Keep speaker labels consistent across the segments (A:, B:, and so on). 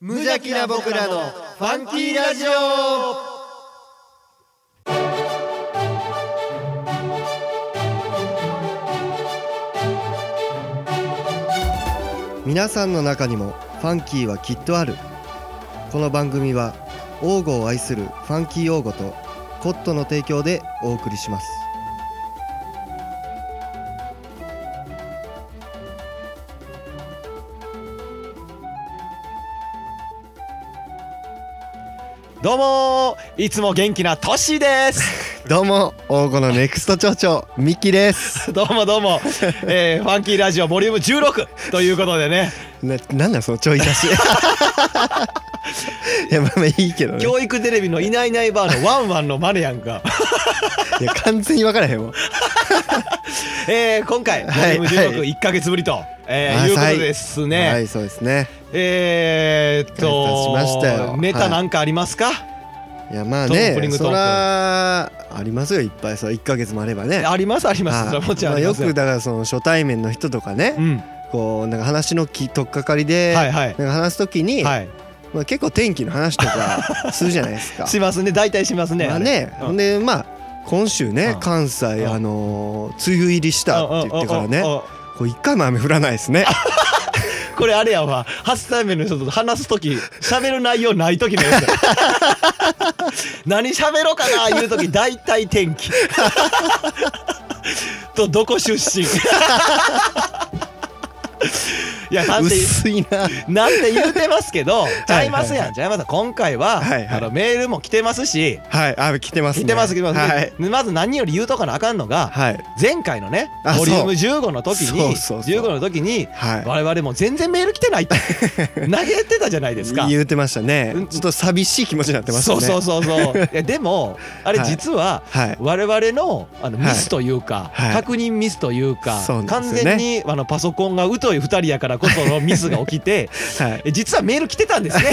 A: 無邪気な僕らのファンキーラジオ皆さんの中にもファンキーはきっとあるこの番組は王語を愛するファンキー王語とコットの提供でお送りします
B: どうもーいつも元気なト シです。
A: どうも王語のネクスト町長ミキです
B: どうもどうも、えー、ファンキーラジオボリューム16ということでね、
A: ななんなんそのちょい出し いやまあまあいいけどね
B: 教育テレビのいないいないバーのワンワンのマネやんか。
A: いや完全に分からへんもん
B: えー、今回ボリ
A: はい
B: ューム16、
A: はい
B: 1ヶ月ぶりと、えー
A: あ
B: いうこ
A: はい
B: とですね。
A: はいそうですね
B: えー、っ
A: お
B: と
A: 願いいたしましたよ
B: ネタなんかありますか、
A: いやまあ
B: トークオープニン
A: ね
B: グトーク
A: そらありますよいっぱいそう1ヶ月もあればね
B: ありますあります。それはもちろんあり
A: よ
B: ますよ
A: くだからその初対面の人とかね
B: うん、
A: こうなんか話のき取っかかりで、
B: はいはい。
A: なんか話すときに、
B: はい、
A: まあ、結構天気の話と かするじゃないですか。
B: しますね大体しますね。
A: まあね、
B: うん
A: ほんでまあ今週ね、
B: うん
A: 関西、
B: うん
A: あのー梅雨入りしたって言ってからね、
B: うんうんうんうん
A: こう一回も雨降らないですね。
B: これあれやわ初対面の人と話す時喋る内容ない時の やつや何喋ろうかな言う時大体天 気とどこ出身いやなん て
A: 薄いな。
B: なんて言うてますけどちゃいます
A: はいはい
B: やんちゃいますやん今回は、
A: はいはい
B: あのメールも来てますし
A: はい、あ来てます、ね。
B: 来てます来てます、
A: はい。
B: でまず何より言うとかなあかんのが
A: はい。
B: 前回のね
A: あ
B: ボリューム15の時に
A: そうそうそう
B: 15の時に
A: は
B: 我々も全然メール来て ないって投げてたじゃないですか
A: い。。言うてましたね
B: うん。
A: ちょっと寂しい気持ちになってますね。
B: そうそうそう そう。いやでもあれ
A: はい
B: 実は
A: はい。
B: 我々のあの
A: は
B: ミ
A: い
B: スというか、
A: はい
B: 確認ミスというか、
A: そうなんで
B: 完
A: すよね
B: 全にあのパソコンが疎い2人やからこそのミスが起 きて
A: はい。
B: え実はメール来てたんですね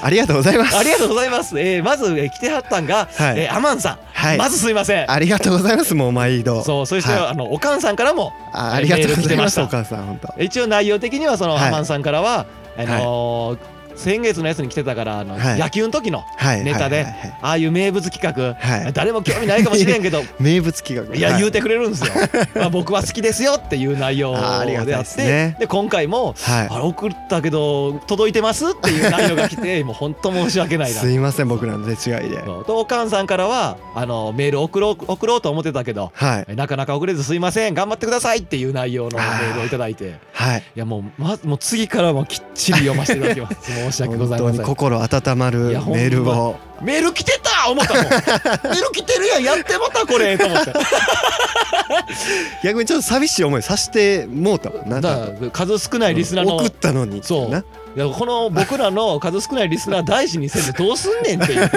A: ありがとうございます。
B: ありがとうございます、えーまず、えー来てはったんが、
A: はい
B: えーアマンさん、
A: はい
B: まずすいません
A: ありがとうございます。もう毎度。
B: そうそして、
A: はい
B: あのおかんさんからも
A: あありがとうございます。
B: メ
A: お
B: ール来て
A: 母さん、本当。
B: 一応内容的にはその、
A: はい
B: アマンさんからはあのー先月のやつに来てたからあの、
A: はい
B: 野球の時の
A: はい。
B: ネタで、
A: はいはいはい
B: ああいう名物企画、
A: はい
B: 誰も興味ないかもしれんけど
A: 名物企画。
B: いや
A: はい
B: 言うてくれるんですよ、 まあ、僕は好きですよっていう内容で
A: あー
B: あ
A: ありがたい
B: って
A: ですね
B: で今回も「あ
A: は。
B: れ送ったけど届いてます?」っていう内容が来てもう本当申し訳ないいな
A: す。いません、僕らの手違いで。
B: そうとおかんさんからはあのメール送ろう送ろうと思ってたけど
A: はい。
B: なかなか送れずすいません頑張ってくださいっていう内容のメールをいただいて
A: はい。
B: いやもう,、ま、もう次からもきっちり読ませていただきます 申し訳ご
A: 本
B: ざい
A: 当
B: ま
A: に
B: せん
A: 心温まる
B: いやほんま
A: メールを。
B: メール来てた思 ったもんメール来てるやんやってまたこれと思って
A: 逆にちょっと寂しい思いさしてもうたもんな。
B: だから数少ないリスナーの、
A: 送ったのに。
B: そう
A: な。
B: いやこの僕らの数少ないリスナー大事にせんでどうすんねんっ ていう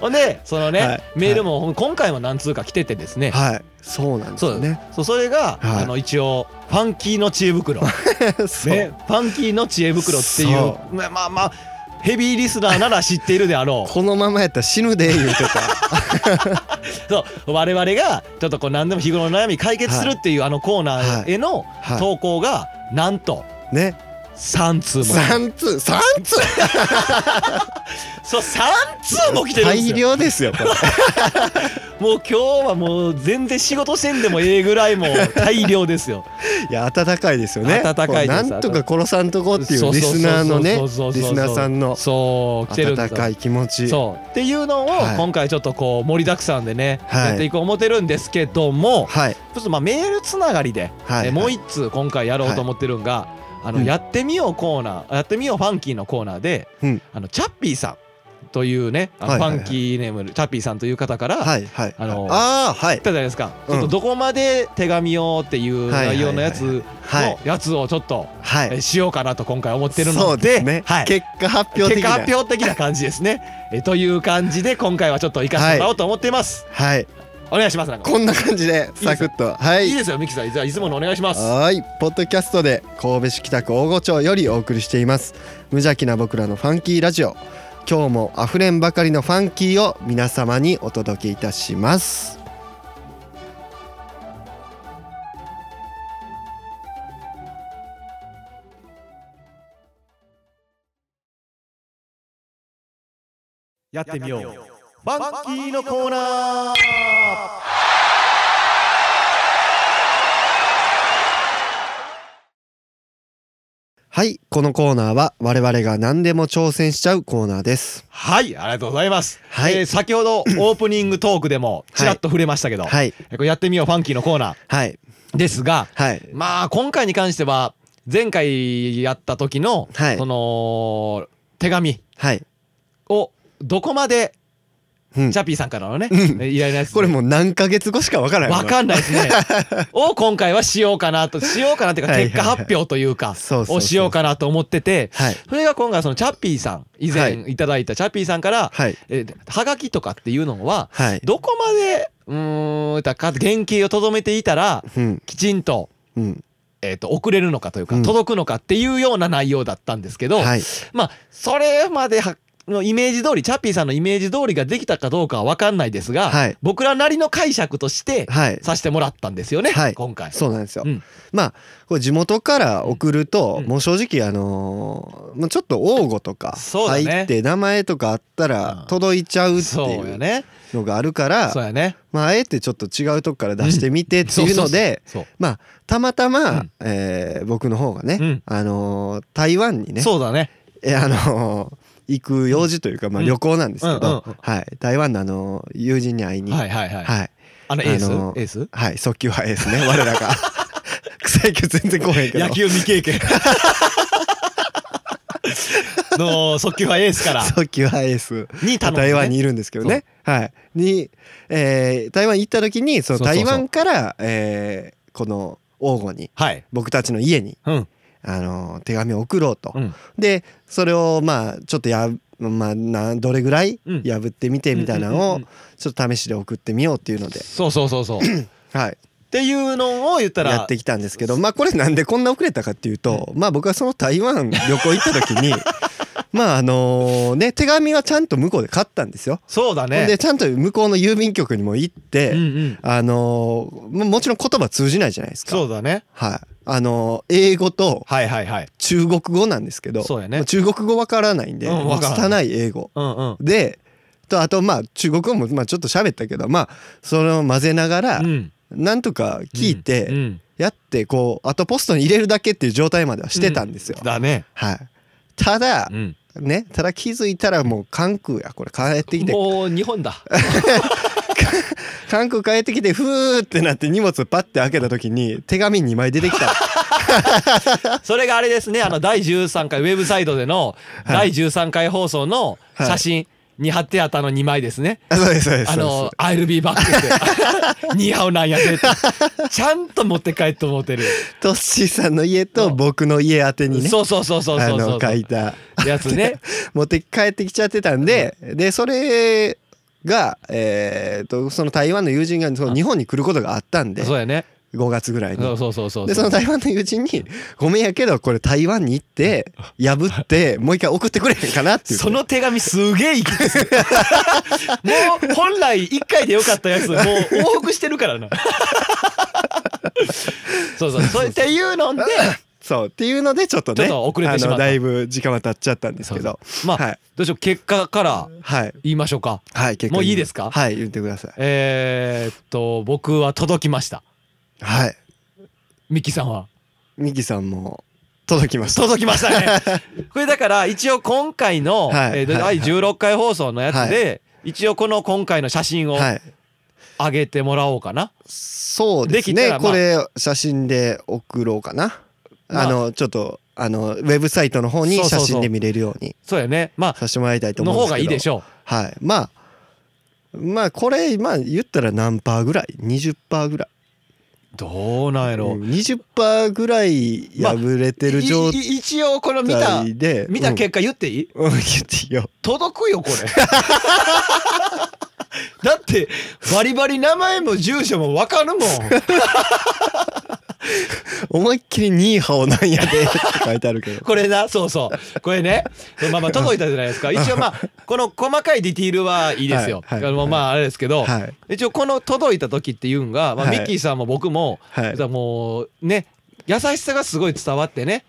B: ほんでそのね、
A: はい
B: メールも今回も何通か来ててですね、
A: はい。そうなんです
B: そ
A: よ
B: う
A: ね。
B: そうそれが、
A: はい
B: あの一応ファンキーの知恵袋、ね、
A: そ
B: フ
A: う。
B: ァンキーの知恵袋ってい
A: そう
B: まあまあまあヘビーリスナーなら知っているであろう
A: このままやったら死ぬで言うて た。
B: そう我々がちょっとこう何でも日頃の悩み解決するっていうあのコーナーへの
A: は
B: 投稿がなんと
A: い。ね。
B: 3通も
A: 三通三通。
B: そう3通も来てるんです
A: 大
B: よ
A: 量ですよ。これ
B: もう今日はもう全然仕事せんでもええぐらいもう大量ですよ。
A: いや暖かいですよね。
B: 暖かいです
A: こうなんとか殺さんとこっていうリスナーのね、
B: そ
A: リ
B: うそうそうそう
A: スナーさんの
B: そう来てるんで
A: 温
B: す
A: か
B: よ。
A: い気持ち。
B: そうっていうのを
A: はい
B: 今回ちょっとこう盛りだくさんでね、
A: はい
B: やっていこう思ってるんですけども、
A: はい
B: ちょっとまあメールつながりで、
A: はい。
B: えもう一通今回やろうと思ってるんが、あの
A: うん
B: やってみようコーナー、やってみようファンキーのコーナーで、
A: うん
B: あのチャッピーさんというね、あの
A: はいはいはい
B: ファンキーネームのチャッピーさんという方から、
A: はいはい。
B: あの
A: ああはい
B: 言ったじゃないですか、
A: うん
B: ちょっとどこまで手紙をっていう
A: はいはいはい
B: 内容のやつ
A: はい
B: のやつをちょっと
A: は
B: え
A: い。
B: しようかなと今回思ってる
A: そ
B: の
A: うです
B: で
A: ね
B: はい、
A: 結果発表
B: 結
A: 的
B: 果
A: な。
B: 発表的な感じですね。 えという感じで今回はちょっと行かせてもらおうと思っています。
A: はい。
B: お願いしますなんか
A: こんな感じでサクッとはい
B: い
A: い。
B: ですよミキさんじゃあいつものお願いします。は
A: はい、ポッドキャストで神戸市北区大御町よりお送りしています無邪気な僕らのファンキーラジオ今日もあふれんばかりのファンキーを皆様にお届けいたします
C: やってみようファンキーのコーナー
A: はいこのコーナーは我々が何でも挑戦しちゃうコーナーです
B: はい、ありがとうございます。
A: はい
B: えー先ほどオープニングトークでもちらっと触れましたけど、
A: はい
B: えーこれやってみようファンキーのコーナ
A: はい
B: ーですが、
A: はい
B: まあ今回に関しては前回やった時の、
A: はい
B: その手紙
A: はい、
B: をどこまで
A: うん
B: チ、ャピーさんからのね、
A: うん
B: 依頼のやつ
A: これもう何ヶ月後しかわからない
B: わかんないですねを今回はしようかなとしようかなっていうか
A: はいはい
B: 結果発表というか
A: そうそうそう
B: をしようかなと思ってて
A: はい
B: それが今回はそのチャッピーさん以
A: は
B: 前
A: い
B: いただいたチャッピーさんから
A: はい
B: えーはがきとかっていうのは
A: はい
B: どこまでうーんだか原型をとどめていたら
A: うん
B: きちんと
A: うん
B: えー、と送れるのかというか、
A: うん
B: 届くのかっていうような内容だったんですけど、
A: はい
B: まあそれまではのイメージ通りチャッピーさんのイメージ通りができたかどうかは分かんないですが、
A: はい
B: 僕らなりの解釈として
A: はい
B: させてもらったんですよね、
A: はい
B: 今回。
A: そうなんですよ、
B: うん
A: まあこれ地元から送ると、
B: うん
A: もう正直あのーまあ、ちょっと応募とか
B: そうだ
A: 入
B: ね
A: って名前とかあった
B: うん
A: ら届いちゃうって
B: そう
A: い
B: よ
A: う
B: ね。
A: のがあるから、
B: そうやね。
A: まあ、あえてちょっと違うとこから出してみてっていうので
B: そうそう
A: まあたまたま、
B: うん
A: えー僕の方がね、
B: うん
A: あのー台湾に
B: そう
A: ね
B: そうだね。
A: えあのー行く用事というか、まあ、
B: うん
A: 旅行なんですけど、
B: うんうんうん
A: はい、台湾のあのー友人に会いに、
B: はいはいはい。
A: はい、
B: あのエース、
A: あの
B: エース
A: はい、速球派ですね、我らが。 草野球全然来へんけど。
B: 野球未経験 の速球はエースから
A: 速球派エース。
B: に頼んで、ね、
A: 台湾にいるんですけどね。はい。に、えー台湾行った時に、その
B: そうそうそう
A: 台湾から、えーこの王吾に、
B: はい。
A: 僕たちの家に、
B: うん
A: あのー手紙を送ろうと。
B: うん
A: で、それを、まあ、ちょっとや、まあ、などれぐらい
B: うん
A: 破ってみてみたいなの
B: うんうんうんう
A: を
B: ん
A: ちょっと試しで送ってみようっていうので、
B: そうそう そうそう。
A: はい、
B: っていうのを言ったら
A: やってきたんですけどまあこれなんでこんな遅れたかっていうと、まあ僕はその台湾旅行行った時 にまああのね手紙はちゃんと向こうで買ったんですよ。
B: そうだ
A: ほ
B: ね
A: んでちゃんと向こうの郵便局にも行って、
B: うんうん、
A: あのーももちろん言葉通じないじゃないですか。
B: そうだね
A: はいあのー英語と
B: はいはいはい
A: 中国語なんですけど
B: そうやね
A: も中国語わからないんで、
B: うんわからん
A: 拙い英語。
B: うんうん
A: でとあとまあ中国語もまあちょっと喋ったけどまあそれを混ぜながら、
B: うん
A: なんとか聞いて。
B: うんうん
A: やってこうあとポストに入れるだけっていう状態まではしてたんですよ、
B: だね、
A: はいただ
B: うん、
A: ねただ気づいたらもう関空やこれ帰ってきて
B: もう日 本だ
A: 関空帰ってきてふーってなって荷物パッて開けた時に手紙2枚出てき た
B: それがあれですねあの第13回ウェブサイトでの第13回放送の写真に貼ってあったの2枚ですね、
A: あそうですそうです
B: あ
A: そう
B: の「I'll be back」って 「似合うなんやで」ってちゃんと持って帰って思ってる、
A: ですトッシーさんの家と
B: うん
A: 僕の家宛てにね
B: そうそうそうそう
A: あ
B: そうそ
A: の
B: う
A: 書いた
B: やつね
A: 持って帰ってきちゃってたんで、でそれがえー、とその台湾の友人がその日本に来ることがあったんで
B: そうやね
A: 5月ぐらいに
B: そうそうそうそう
A: でその台湾の友人に「ごめんやけどこれ台湾に行 って破ってもう一回送ってくれへんかな」って言って
B: その手紙すげえいいもう本来1回でよかったやつもう往復してるから なそうそうそうっていう ので
A: そうっていうのでちょっとね
B: ちょっと遅れてしまった
A: あのだいぶ時間は経っちゃったんですけど
B: まあ、
A: はい
B: どうしよう結果から
A: はい
B: 言いましょうか
A: はい結構
B: もういいですか
A: はい言ってください
B: えー、っと僕は届きました
A: はい
B: ミキさんは
A: ミキさんも届きました
B: 届きました ねこれだから一応今回の、
A: はい
B: えーと
A: はい
B: 第16回放送のやつで、一応この今回の写真を
A: はい
B: 上げてもらおうかな、
A: そうです
B: でき
A: ね
B: たらまあ
A: これ写真で送ろうかな
B: まあ
A: あのちょっとあのウェブサイトの方に
B: そうそう
A: 写
B: そう
A: 真で見れるように
B: そうやねまあ
A: させてもらいたいと思
B: の
A: うんです
B: 方
A: けど
B: がいいでしょう
A: はい、まあまあこれまあ言ったら何パーぐらい20パーぐらい
B: どうなんやろ、
A: 20パーぐらい破れてる状
B: いい一応この見た
A: 態で、
B: 見た
A: け
B: 結果言っていい、
A: うんうん言っていいよ
B: 届くよこれ だってバリバリ名前も住所も分かるもん
A: 思いっきりニーハオなんやでって書いてあるけど
B: これなそうそうこれねまあまあ届いたじゃないですか一応まあこの細かいディティールはいいですよ、
A: はいはい
B: あのまああれですけど、
A: はい
B: 一応この届いた時っていうんが、まあ、
A: はい
B: ミッキーさんも僕も、
A: はい
B: だからもうね優しさがすごい伝わってね、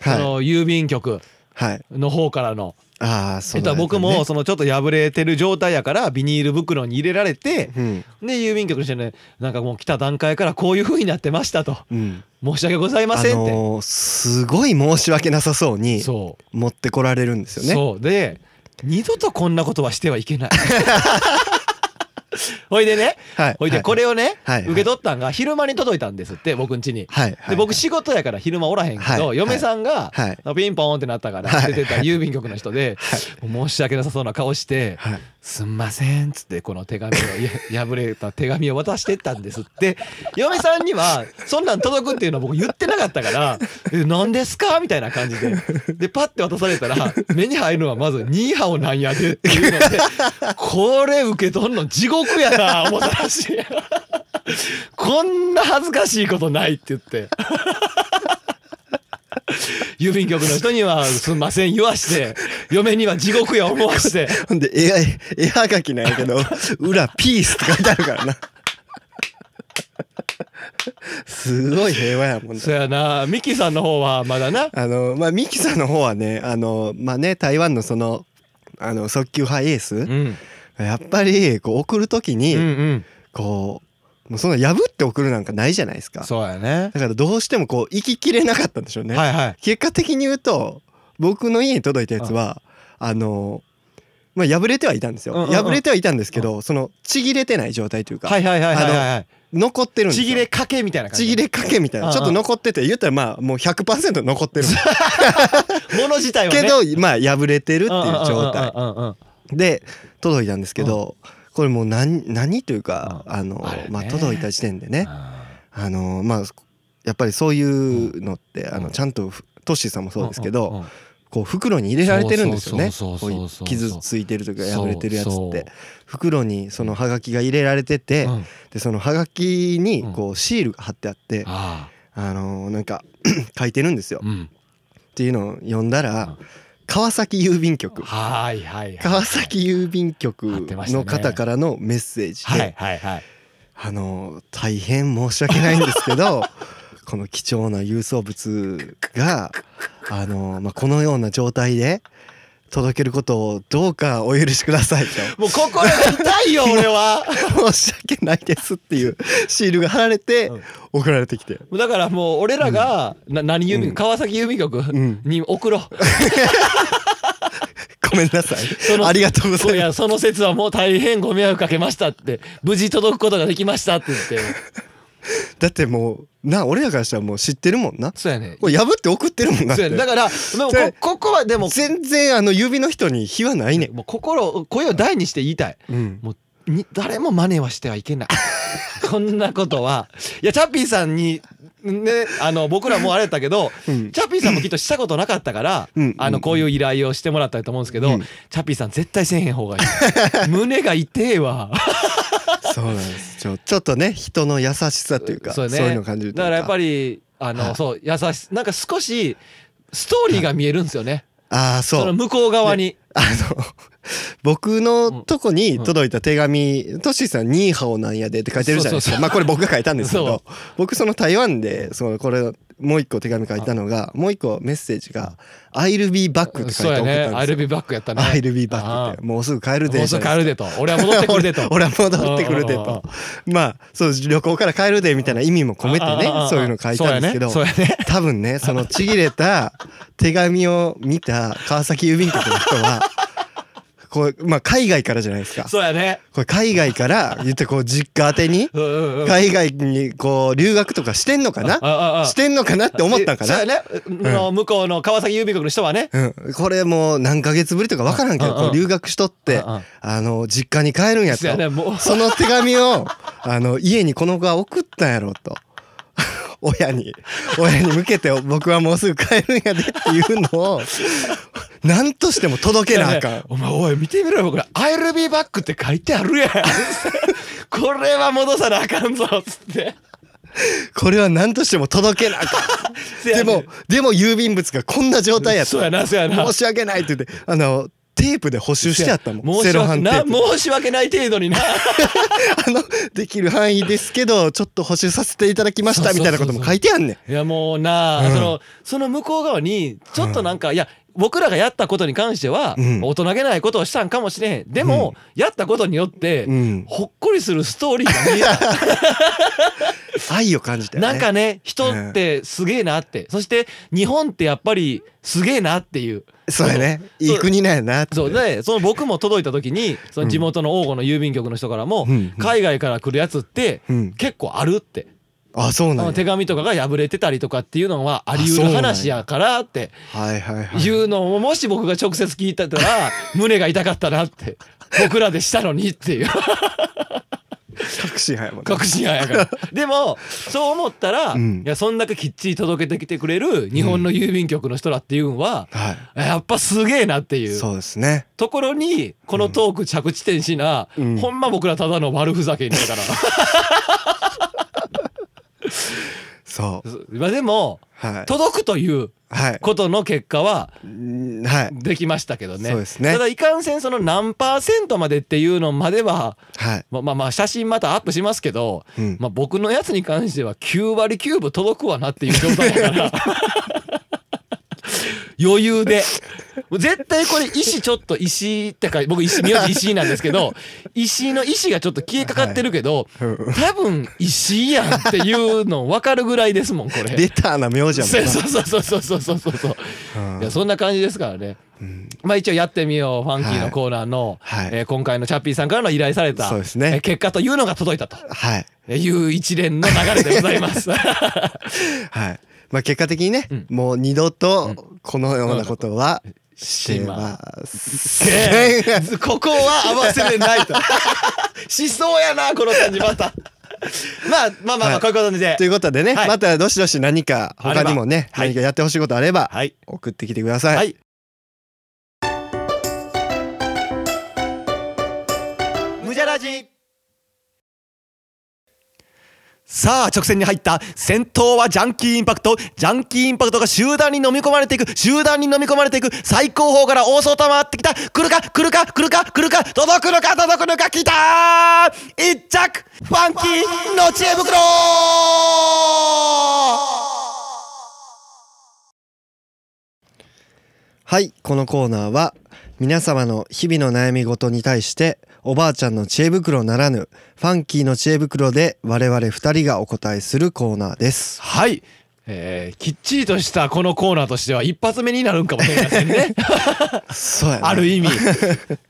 A: は
B: そ
A: い
B: の郵便局
A: はい
B: の方からの。
A: ああそ
B: え
A: う
B: っ
A: な
B: と
A: んやね
B: 僕もそのちょっと破れてる状態やからビニール袋に入れられて
A: うん
B: で郵便局にしてねなんかもう来た段階からこういう風になってましたと
A: うん
B: 申し訳ございま
A: あ
B: せんって、
A: のーすごい申し訳なさそうに
B: そう
A: 持ってこられるんですよね
B: そうで二度とこんなことはしてはい けない。ほいでね、
A: はい
B: ほいでこれをね、
A: はいはい
B: 受け取ったんが昼間に届いたんですって僕ん家に。
A: はいはい
B: で僕仕事やから昼間おらへんけ
A: はい
B: ど、
A: はい
B: 嫁さんが、
A: はい
B: ピンポーンってなったから、
A: はい
B: 出てた郵便局の人で、申し訳なさそうな顔して「
A: はい
B: すんません」っつってこの手紙をや破れた手紙を渡してったんですって 嫁さんにはそんなん届くっていうのは僕言ってなかったから「え何ですか?」みたいな感じででパッて渡されたら目に入るのはまず「ニーハオなんやで」っていうのでこれ受け取んの地獄やな思ったらしい。こんな恥ずかしいことないって言って。郵便局の人にはすんません言わして嫁には地獄や思わして
A: ほんで絵は絵はがきなんやけ ど裏ピースって書いてあるからなすごい平和やもんね
B: そやなミキさんの方はまだな
A: あのまあミキさんの方はねあのまあね台湾のそのあの速球派エース、
B: うん
A: やっぱりこう送る時
B: う
A: に、
B: んうん
A: こうもうそんな破って送るなんかないじゃないですか
B: そうやね
A: だからどうしてもこう行ききれなかったんでしょうね、
B: はいはい
A: 結果的に言うと僕の家に届いたやつはあのまあ破れてはいたんですよ、
B: うんうんうん
A: 破れてはいたんですけど、そのちぎれてない状態というか、
B: はいはいはいはいは
A: 残ってるん
B: い
A: です
B: ち
A: よ
B: ぎれかけみたいな感
A: ちぎ
B: じ
A: れかけみたいな、
B: うんうん
A: ちょっと残ってて言ったらまあもう100%残ってるんです
B: もの自体はね
A: けど、まあ破れてるっていう状態
B: うんうんうんうんうん
A: で届いたんですけど、これもう何何というか、
B: うん
A: あの
B: あれね
A: まあ、届いた時点で
B: う
A: ね
B: ん、
A: あのまあやっぱりそういうのって、あのちゃんとふトッシーさんもそうですけど、
B: んんん
A: こう袋に入れられてるんですよね
B: そ
A: こ
B: うそうう
A: い
B: そう
A: う
B: そう
A: 傷ついてるとか破れてるやつっ
B: そうそう
A: て袋にそのハガキが入れられてて、
B: うん
A: でそのハガキに
B: うん
A: こうシールが貼ってあって、
B: あ
A: あのなんか 書いてるんですよ
B: あ、うん
A: っていうのを読んだら、
B: うん
A: 川崎郵便局
B: はいはいはい
A: 川崎郵便局
B: 貼ってました
A: の
B: ね
A: 方からのメッセージで、
B: はいはいはい
A: あの大変申し訳ないんですけ どこの貴重な郵送物があの、まあ、このような状態で届けることをどうかお許しください と
B: もう心が痛いよ俺は
A: 申 し訳ないですっていうシールが貼られて
B: うん
A: 送られてきて。
B: だからもう俺らが、な何郵便、
A: うん
B: 川崎郵便局
A: ん
B: に送ろう、
A: ごめんなさい
B: そ。の
A: ありがとうござ
B: い
A: います。
B: やその説はもう大変ご迷惑かけましたって無事届くことができましたって言って
A: だってもう、な、俺らからしたらもう知ってるもんな。
B: そうやね
A: これ破って送ってるもんなっ
B: そう
A: て
B: やねだからでも
A: そうや
B: こここはでも
A: 全然あの指の人に非はないね。
B: もう心を声を大にして言いたい
A: うん。
B: もうに誰も真似はしてはいけない こんなことはいやチャッピーさんにねあの僕らもあれだったけど
A: うん
B: チャッピーさんもきっとしたことなかったから、
A: うん
B: あのこういう依頼をしてもらったと思うんですけど、
A: うん
B: チャッピーさん絶対せえへん方がいい胸が痛えわ
A: そうなんです。ちょちょっとね人の優しさというかそう,、
B: ね
A: いうのを感じるというか。
B: だからやっぱりあの、
A: はい
B: そう優しなんか少しストーリーが見えるんですよね、
A: ああ
B: そ
A: そ
B: の
A: う
B: 向こう側に、
A: あの僕のとこに届いた手紙、トシさんニーハオなんやでって書いてるじゃないですか。
B: そうそうそう
A: まあこれ僕が書いたんですけ
B: そ
A: ど
B: う、
A: 僕その台湾でそのこれもう一個手紙書いたのがもう一個メッセージが I'll be back って
B: そ
A: 書
B: う
A: いて
B: や
A: 送っ
B: ね
A: たん
B: ア
A: です
B: イル
A: よ。
B: ビーバックやったね
A: I'll be back ってもうすぐ帰るで
B: もうすぐ帰るでと 俺は戻ってくるでと
A: 俺は戻ってくるでとまあそう旅行から帰るでみたいな意味も込めて
B: あああ
A: ね
B: あ
A: そういうの書いたんですけど
B: そうやねそうやね
A: 多分ねそのちぎれた手紙を見た川崎郵便局の人はこう、まあ、海外からじゃないですか
B: そうやね
A: これ海外から言ってこう実家宛てに
B: うんうんうん
A: 海外にこう留学とかしてんのか
B: ああ
A: な
B: あ
A: してんのかなって思ったんか
B: そ
A: な
B: うやね、の向こうの川崎郵便局の人はね
A: うん、これもう何ヶ月ぶりとか分からんけど
B: うんうん
A: こう留学しとって
B: うんうん
A: あの実家に帰るんや
B: そうやね
A: と
B: もう
A: その手紙 をあの家にこの子が送ったんやろうと 親に親に向けて僕はもうすぐ帰るんやでっていうのを何としても届けなあかん
B: お前おい見てみろよこれ「I'll be back」って書いてあるやん これは戻さなあかんぞっつって
A: これは何としても届け なあかんでもでも郵便物がこんな状態やと
B: そうやなそうやな
A: 申し訳ないって言ってあのテープで補修してあったもん
B: 申
A: セ
B: し
A: ロハ
B: 訳
A: ンテー
B: な
A: プで
B: 申し訳ない程度にな
A: あのできる範囲ですけどちょっと補修させていただきましたみたいなことも書いてあんねん。
B: いやもうなあ、
A: うん
B: そのその向こう側にちょっとなんか、いや僕らがやったことに関しては、
A: うん
B: 大人げないことをしたんかもしれへんでも、やったことによって、
A: うん、
B: ほっこりするストーリー が見えた
A: 愛を感じたよね
B: なんかね人ってすげえなって、そして日本ってやっぱりすげえなっていう
A: そうやねいい国なんやなって
B: そうでその僕も届いた時にその地元の王吾の郵便局の人からも、
A: うんうん
B: 海外から来るやつって
A: うん、
B: 結構あるって、
A: あそうな
B: あ
A: ん
B: の
A: や
B: 手紙とかが破れてたりとかっていうのはあり
A: あそうな
B: 得
A: ん
B: る
A: や
B: 話やからって
A: はいはいはい
B: いうのをもし僕が直接聞い てたら胸が痛かったなって僕らでしたのにって いう
A: 確信派やもんね
B: 確信犯やからでもそう思ったら、
A: うん
B: いやそんだけきっちり届けてきてくれる日本の郵便局の人らっていうんは、
A: は
B: やっぱすげえなって
A: い
B: いう
A: そうですね
B: ところにこのトーク着地点しな、
A: うん
B: ほんま僕らただの悪ふざけにだから
A: そう
B: まあでも
A: はい
B: 届くという
A: はい
B: ことの結果は
A: うんはい
B: できましたけどね
A: そうですね
B: ただいかんせんその何パーセントまでっていうのまでは
A: はい
B: まあまあまあ写真またアップしますけど、
A: うん
B: まあ、僕のやつに関しては9割9分届くわなっていう状態だから 余裕でもう絶対これ石ちょっと石ってか僕石名字石井なんですけど 石井の石がちょっと消えかかってるけど、
A: うん
B: 多分石井やんっていうの分かるぐらいですもんこれ。
A: ベターな名字やもん
B: そう
A: な
B: そうそうそうそうそうそうそう
A: うん
B: いやそんな感じですからね、
A: ん
B: まあ一応やってみようファンキーのコーナーの、
A: はいはい
B: えー今回のチャッピーさんからの依頼された
A: そうですね
B: えー結果というのが届いたと
A: はい
B: いう一連の流れでござい ます。
A: はいまあ結果的にね、
B: ん
A: もう二度とこのようなことはしません
B: ここは合わせれな いとしそうやなこの感じまた。まあまあまあま
A: は
B: あ
A: い
B: こういうこと で
A: ということでね、
B: はい
A: またどしどし何か他にもね
B: あればはい
A: 何かやってほしいことあれば
B: はい
A: 送ってきてください、
B: はい
C: 無邪ラジ
B: さあ直線に入った先頭はジャンキーインパクトジャンキーインパクトが集団に飲み込まれていく集団に飲み込まれていく最高峰から大外回ってきた来るか来るか来るか来るか届くのか届くのか来たー一着ファンキーの知恵袋
A: はいこのコーナーは皆様の日々の悩み事に対しておばあちゃんの知恵袋ならぬファンキーの知恵袋で我々二人がお答えするコーナーです
B: はいえー、きっちりとしたこのコーナーとしては一発目になるんかもしれませ んね
A: そうやね
B: ある意味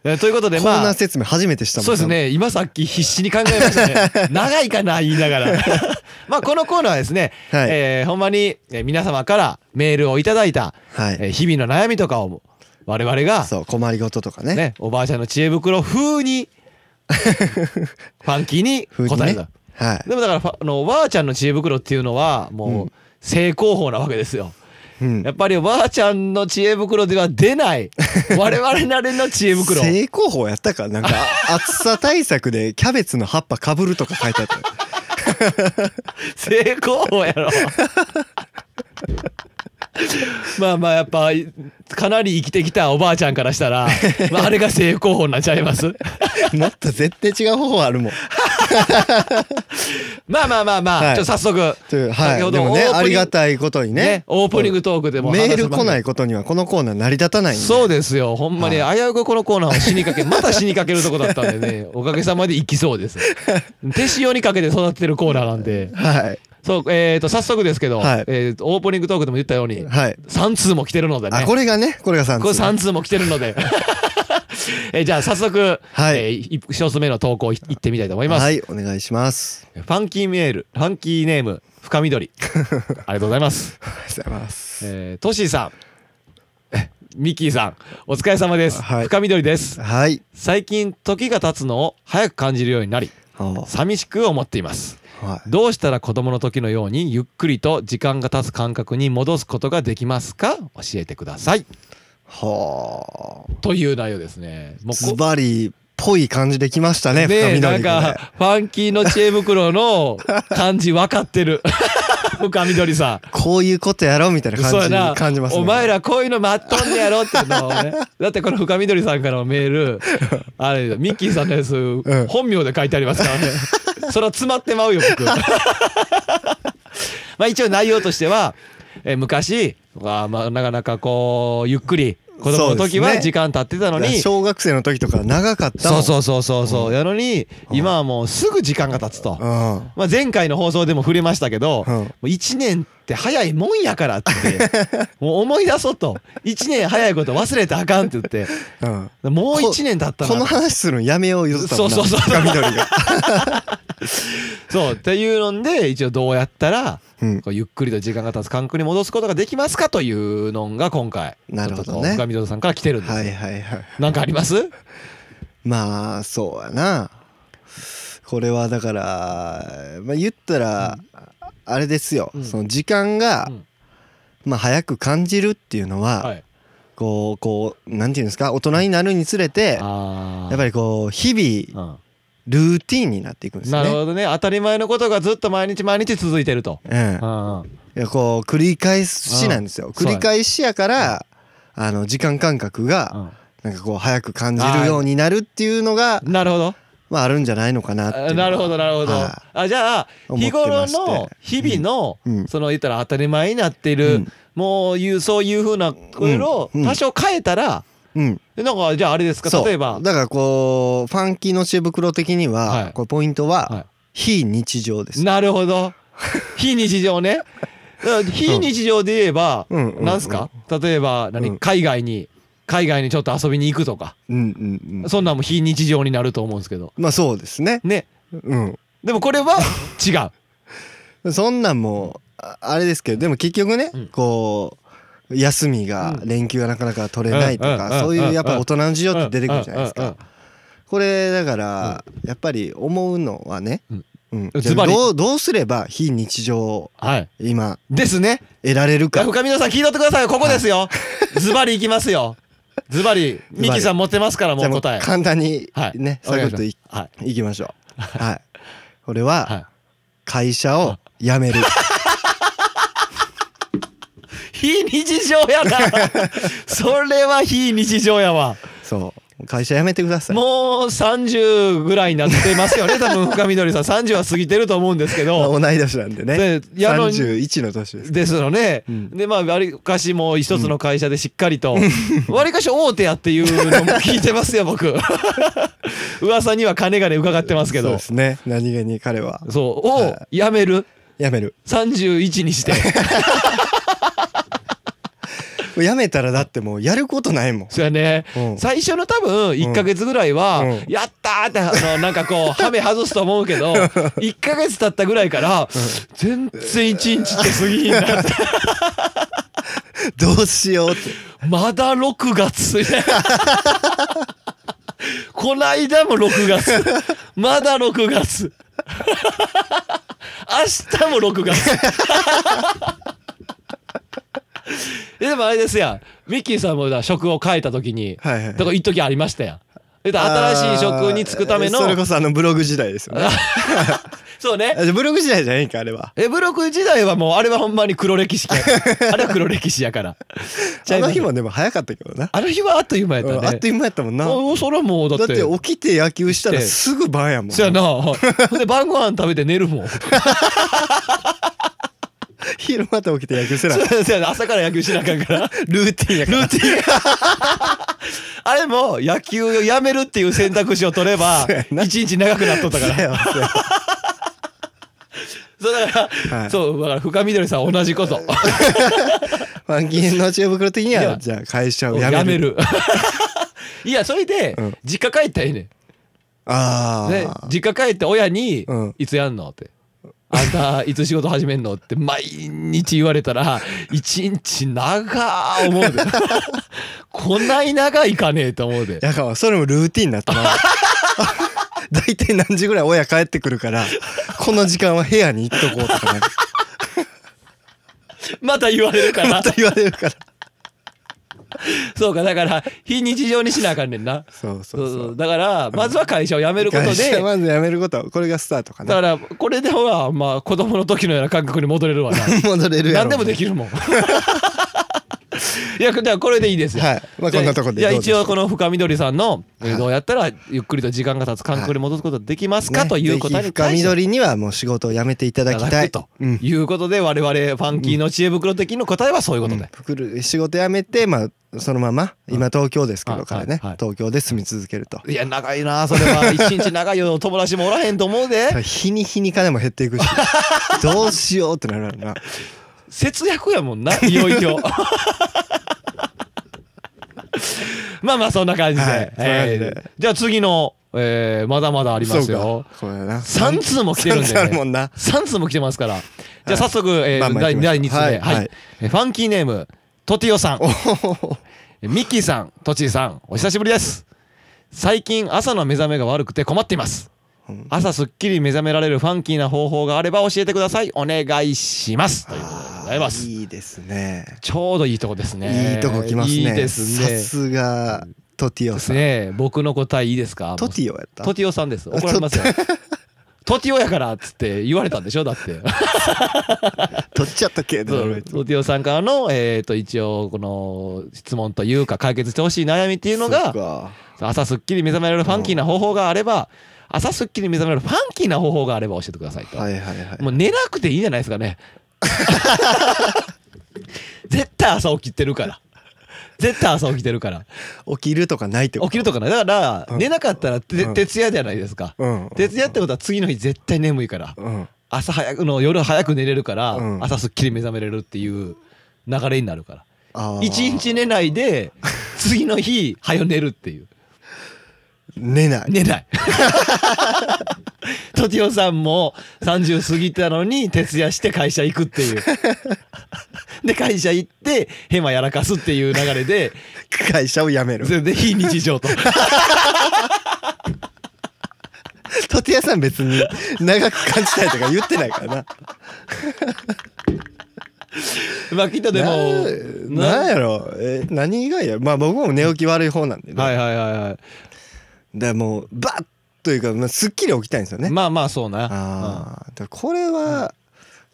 B: えーということで
A: コー
B: ま
A: ナー
B: あ
A: 説明初めてしたもん
B: そうですね今さっき必死に考え ましたね長いかな言いながら まあこのコーナーはですね、
A: はい
B: えーほんまにえー皆様からメールをいただいた、
A: はい
B: えー日々の悩みとかを我々が、
A: そう困りごととかね
B: ね、おばあちゃんの知恵袋 風にファンキーに
A: 風に
B: 答え
A: ね
B: た、
A: はい、
B: でもだからファあのおばあちゃんの知恵袋っていうのはもう正攻法なわけですよ、
A: うん
B: やっぱりおばあちゃんの知恵袋では出ない 我々なりの知恵袋
A: 正攻法やったかなんか 暑さ対策でキャベツの葉っぱかぶるとか書いてあったよ
B: 成功 やろまあまあやっぱかなり生きてきたおばあちゃんからし たら、まあ、あれが成功法になっちゃいます
A: もっと絶対違う方法あるもん
B: まあまあまあまあ、
A: はい
B: ちょっと早速
A: というはいでもねありがたいことに
B: ね
A: ね
B: オープニングトークでも
A: メール来ないいことにはこのコーナー成り立たないんで
B: そうですよほんまに危
A: は
B: うくこのコーナーを死にかけまた死にかけるとこだったん でねおかげさまで生きそうです手塩にかけて育ててるコーナーなんで
A: はい
B: そうえっ、と早速ですけど、
A: はい
B: えーとオープニングトークでも言ったように、
A: はい
B: 3通も来てるのでね
A: あこれがねこれが3
B: これ3通も来てる ので。えーじゃあ早速、
A: はい
B: えーい一つ目の投稿い行ってみたいと思います、
A: はいお願いします
B: ファンキーメールファンキーネーム 深緑ありがとうございます、
A: ありがとうございます
B: えー、トッシーさんえミッキーさんお疲れ様です、
A: はい
B: 深緑です
A: はい
B: 最近時が経つのを早く感じるようになり
A: は
B: 寂しく思っています
A: はい
B: どうしたら子供の時のようにゆっくりと時間が経つ感覚に戻すことができますか教えてください
A: はあ
B: という内容ですねもう
A: ズ
B: こ
A: バリっぽい感じできましたね
B: ねえ
A: 深
B: な
A: 緑
B: ん
A: 君ね
B: かファンキーの知恵袋の感じ分かってる 深緑さん
A: こういうことやろうみたいな
B: そうや
A: 感
B: な
A: じ感じますね
B: お前らこういうの待っとんねやろっていうのをね だってこの深緑さんからのメールあれミッキーさんのやつ、
A: ん
B: 本名で書いてありま すからねそれは 詰まってまうよ僕まあ一応内容としてはえー昔わあまあなかなかこうゆっくり子供の時
A: そうです
B: は
A: ね
B: 時間経ってたの
A: だから
B: に
A: 小学生の時とか長かったも
B: そうんそうそうそうそううやのに
A: うん
B: 今はもうすぐ時間が経つと
A: う、ん
B: まあ、前回の放送でも触れましたけど、
A: うん
B: もう1年って早いもんやからって もう思い出そうと1年早いこと忘れてあかんって言って
A: うん
B: もう1年経った
A: この
B: な
A: 話するのやめよう言ってたもんな
B: そうそうそう
A: 深緑 が
B: そうっていうので一応どうやったら
A: うん
B: こうゆっくりと時間が経つ感覚に戻すことができますかというのが今回
A: なるほどね
B: ちょっとこう深緑さんから来てるんですよ、
A: はいはいはい
B: なんかあります
A: まあそうやなこれはだから、まあ、言ったら、あれですよ、
B: うん
A: その時間が、
B: うん
A: まあ、早く感じるっていうのは、
B: はい
A: こうこうなんていうんですか大人になるにつれてや
B: あ
A: っぱりこう日々
B: ぱ
A: ルーティンになっていくんです
B: な
A: よ
B: る
A: ね。
B: ほどね当たり前のことがずっと毎日毎日続いてると、
A: うん
B: う、んうん
A: いやこう繰り返しなんですよ。
B: そう
A: 繰
B: や
A: り返しやからあの時間感覚がなんかこう早く感じるようになるっていうのが
B: うんなるほど
A: まああるんじゃないのかなっていうの
B: あ
A: は。
B: なるほどなるほど
A: は
B: あじゃあ
A: 思って
B: 日頃
A: まして
B: の日々の、
A: うん
B: その言ったら当たり前になっている、
A: うん
B: もういうそういうふうなことを
A: うんうん
B: 多少変えたら、
A: い。うん。
B: なんかじゃああれですか
A: そう
B: 例えば
A: だからこうファンキーの知恵袋的には、
B: はい
A: こうポイントは、
B: はい
A: 非日常です。
B: なるほど非日 常ねだから非日常で言えば、
A: うんうん
B: なんすか例えば何、
A: うん
B: 海外に海外にちょっと遊びに行くとか、
A: うんうんうん。
B: そんなんも非日常になると思うんですけど
A: まあそうですね。
B: ね
A: う
B: でもこれは違 う。
A: ん。そんなんもああれですけどでも結局ね、
B: うん
A: こう休みが、
B: う
A: 連休がなかなか取れないと
B: うんうんうん
A: か、そういうやっぱ大人の事情
B: ち
A: って出てくるじゃないですか。これだから、やっぱり思うのはね、
B: うん
A: うん
B: ズ
A: じゃあ
B: バリ
A: どうどうすれば非日常を
B: はい。
A: 今
B: ですね。
A: 得られる
B: い
A: か。
B: や深見野さん聞いとってくださいよ。ここですよ。 ズバリいきますよ。ズバリ、
A: バリ
B: ミキさん持ってますから、も
A: じゃ
B: う
A: あもう
B: 答え。
A: 簡単に
B: はい。
A: ね、
B: お願
A: サ
B: い
A: ク
B: し
A: ッ
B: ま
A: とい
B: すはい。
A: いきましょ う。はい。これは、
B: は
A: 会社を辞 める。
B: い。非日常やな。 それは非日常やわ。
A: そう。会社辞めてください。
B: もう30ぐらいになってま すよね。多分深緑さん30は過ぎてると思うんですけ
A: まあ
B: ど。
A: 同い年なんでね。
B: でやの
A: 31の年です。
B: ですよね、
A: うん
B: でまあわりかしもう一つの会社でしっかりと わり、かし大手やっていうのも聞いてます よ僕噂には金がね伺ってますけ
A: そう
B: ど
A: ですね。何気に彼は
B: そうを
A: は
B: やめる
A: 辞める。
B: 31にして
A: 辞めたらだってもうやることない もん。
B: そうやね、
A: うん
B: 最初の多分1ヶ月ぐらいは、
A: うん
B: やったーってあのなんかこうハメ外すと思うけど 1ヶ月経ったぐらいから、全然1日って過ぎひんなって
A: どうしようって。
B: まだ6月こないだも6月まだ6月明日も6月えでもあれですやんミッキーさんもだ職を変えた時に、
A: はいはい
B: だから一時ありましたやんえだから新しい職に就くための
A: あーそれこそあのブログ時代です よね。
B: そうね
A: あじゃあブログ時代じゃないんか、あれは。
B: えブロク時代はもうあれはほんまに黒歴史かあれは黒歴史やから
A: あの日もでも早かったけどな。
B: あの日はあっという間やったね、
A: うんあっという間やったもんな。
B: あそれはもうだ
A: だ
B: っ
A: ってて起きて野球したらすぐ晩やもん。
B: そやなほんで晩ご飯食べて寝る もんそ
A: 昼また起きて野球せな。
B: うそやな朝から野球しなあかんから
A: ルーティンやから。
B: ルーティン あれも野球をやめるっていう選択肢を取れば
A: そうやな
B: 一日長くなっとったから
A: せや わせやわ
B: そうだから、
A: はい
B: そうだから深緑さん同じこと
A: ファンキーの知恵袋的に
B: い
A: は
B: や
A: じゃあ会社を辞
B: や
A: める
B: めるいやそれで、
A: うん
B: 実家帰ったらええねん
A: ああ、
B: ね、実家帰って親に
A: うん
B: 「いつやんの?」って「あんたいつ仕事始めんの?」って毎日言われたら一日長ー 思うでこない長いかねえと思うで
A: だからそれもルーティンになった な大体何時ぐらい親帰ってくるからこの時間は部屋に行っとこうとか なんか
B: また言われるから
A: また言われるから
B: そうかだから非日常にしなあかんねんな
A: そうそ
B: そうう
A: そ
B: そう
A: う
B: だからまずは会社を辞めること
A: 会社
B: で
A: まず辞めることこれがスタートか
B: だか
A: な
B: らこれではまあ 子供の時のような感覚に戻れるわな
A: 戻れるやろ
B: 何でもでき
A: る
B: るもんいやじゃあこれでいいですよ
A: はいまあこんなところで
B: じゃあ
A: どうでし
B: 一
A: ょう
B: 応この深緑さんのえー
A: はい
B: どうやったらゆっくりと時間が経つ感覚に戻すことができますか
A: ね
B: ということ
A: ぜ
B: に
A: ひ深
B: 対して
A: 緑にはもう仕事を辞めていただきたい
B: いただくと
A: うん
B: いうことで我々ファンキーの知恵袋的の答えはそういうことで
A: くる仕事辞めてまあそのまま今東京ですけ
B: は
A: ど
B: い
A: からね
B: はいはい
A: 東京で住み続けると
B: いや長いなそれ は一日長いよ友達もおらへんと思うで
A: 日に日に金も減ってい くしどうしようってなるな
B: 節約やもんないよい よまあまあそんな感じで,、
A: はい
B: えー
A: そんな感じで
B: じゃあ次の、えーまだまだありますよ
A: そうかこれな
B: 3通も来てるんで、
A: 三つある
B: ね
A: もんな
B: 三通も来てますから。じゃあ早速、えー
A: バンバン行きまし
B: 第
A: ょう
B: 第2通目、は
A: はいいはい
B: えーファンキーネーム、トティオさん、
A: おー
B: ミッキーさん、トチーさん、お久しぶりです。最近朝の目覚めが悪くて困っています。朝すっきり目覚められるファンキーな方法があれば教えてください。お願いします。ということでございます。
A: いいですね
B: ちょうどいいとこですね。
A: いいとこ来ますね
B: いいです
A: さ
B: ね。
A: すがトティオさん、
B: ねえ僕の答えいいですか
A: トティオやった
B: トティオさんです。怒られますよ。トティオやからっつって言われたんでしょだって。
A: 取っちゃったけ
B: そ
A: ど
B: うロティオさんからの、えー、と一応この質問というか解決してほしい悩みっていうの
A: そっ
B: が
A: か
B: 朝すっきり目覚められるファンキーな方法があれば朝すっきり目覚められるファンキーな方法があれば教えてくださいと、
A: はいはいはい
B: もう寝なくていいんじゃないです かね絶対朝起きてるから絶対朝起きてるから
A: 起きるとかないってこと
B: 起きるとかねだから、
A: うん
B: 寝なかったらて、
A: うん
B: 徹夜じゃないですか、
A: うん
B: 徹夜ってことは次の日絶対眠いから、
A: うん
B: 朝早くの夜早く寝れるから、
A: うん
B: 朝すっきり目覚めれるっていう流れになるから
A: あー
B: 一日寝ないで次の日早よ寝るっていう
A: 寝ない
B: 寝ないとちおさんも30過ぎたのに徹夜して会社行くっていうで会社行ってヘマやらかすっていう流れで
A: 会社を辞める
B: 全然非日常と
A: トティアさん別に長く感じたいとか言ってないからな
B: まあきっとでも
A: ななんやろえ何がやまあ僕も寝起き悪い方なんで、ね
B: はいはいはいは
A: でもうバッというか、まあ、すっきり起きたいんですよ
B: い
A: ね、
B: まあまあそうな
A: ああーだからこれは、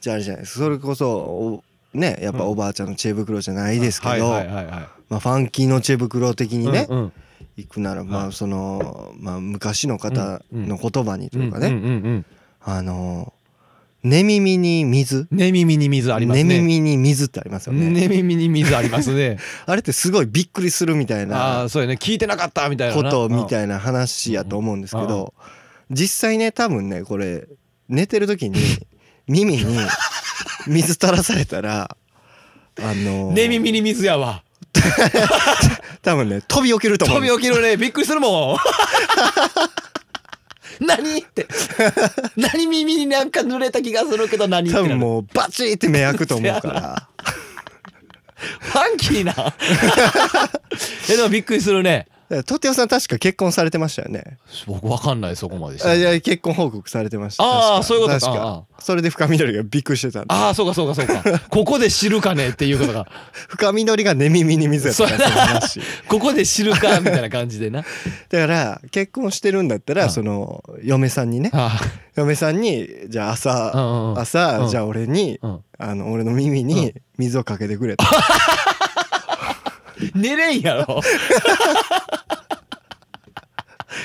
A: じゃああれじゃないですかそれこそおねやっぱおばあちゃんの知恵袋じゃないですけど、
B: はいはいはいはい
A: まあ、ファンキーの知恵袋的にね、
B: うんうん
A: 行くならま
B: は
A: あその、まあ、昔の方の言葉にというかね、
B: うんうんうん
A: あの寝耳に水、
B: 寝耳に水あります
A: 寝
B: ね。
A: 耳に水ってありますよね
B: 寝耳に水ありますね。
A: あれってすごいびっくりするみたい
B: あ
A: な
B: あ、そうやね。聞いてなかったみたいな
A: こ
B: な。
A: とみ
B: い。
A: たいな話やと思うんですけど実際ね多分ねこれ寝てる時 に耳に水垂らされたらあの
B: 寝耳に水やわ。
A: 多分ね飛び起きると思う
B: 飛び起きるね。びっくりするもん。 何って。何耳になんか濡れた気がするけど何って
A: 多
B: なる
A: 分もうバチーって目開くと思 うから
B: ファンキーな。 え、でもびっくりするね。
A: とておさん確か結婚されてましたよね
B: 僕わかんない、そこまでし
A: あい
B: て。
A: や結婚報告されてました
B: あー
A: 確
B: そういうことか
A: 確
B: あ
A: かそれで深緑がびっくりしてたんで
B: ああ、そうかそうかそうか。ここで知るかねっていうことが。
A: 深緑が寝耳に水やったから
B: そう
A: その話
B: ここで知るかみたいな感じで な。
A: だから結婚してるんだった
B: う
A: ら
B: ん
A: その嫁さんにね
B: あ
A: 嫁さんにじゃあ
B: あ、う
A: 朝
B: んうんうん。
A: 朝
B: ん
A: じゃあ俺に
B: うん
A: あの俺の耳に水をかけてくれと
B: 寝れんやろ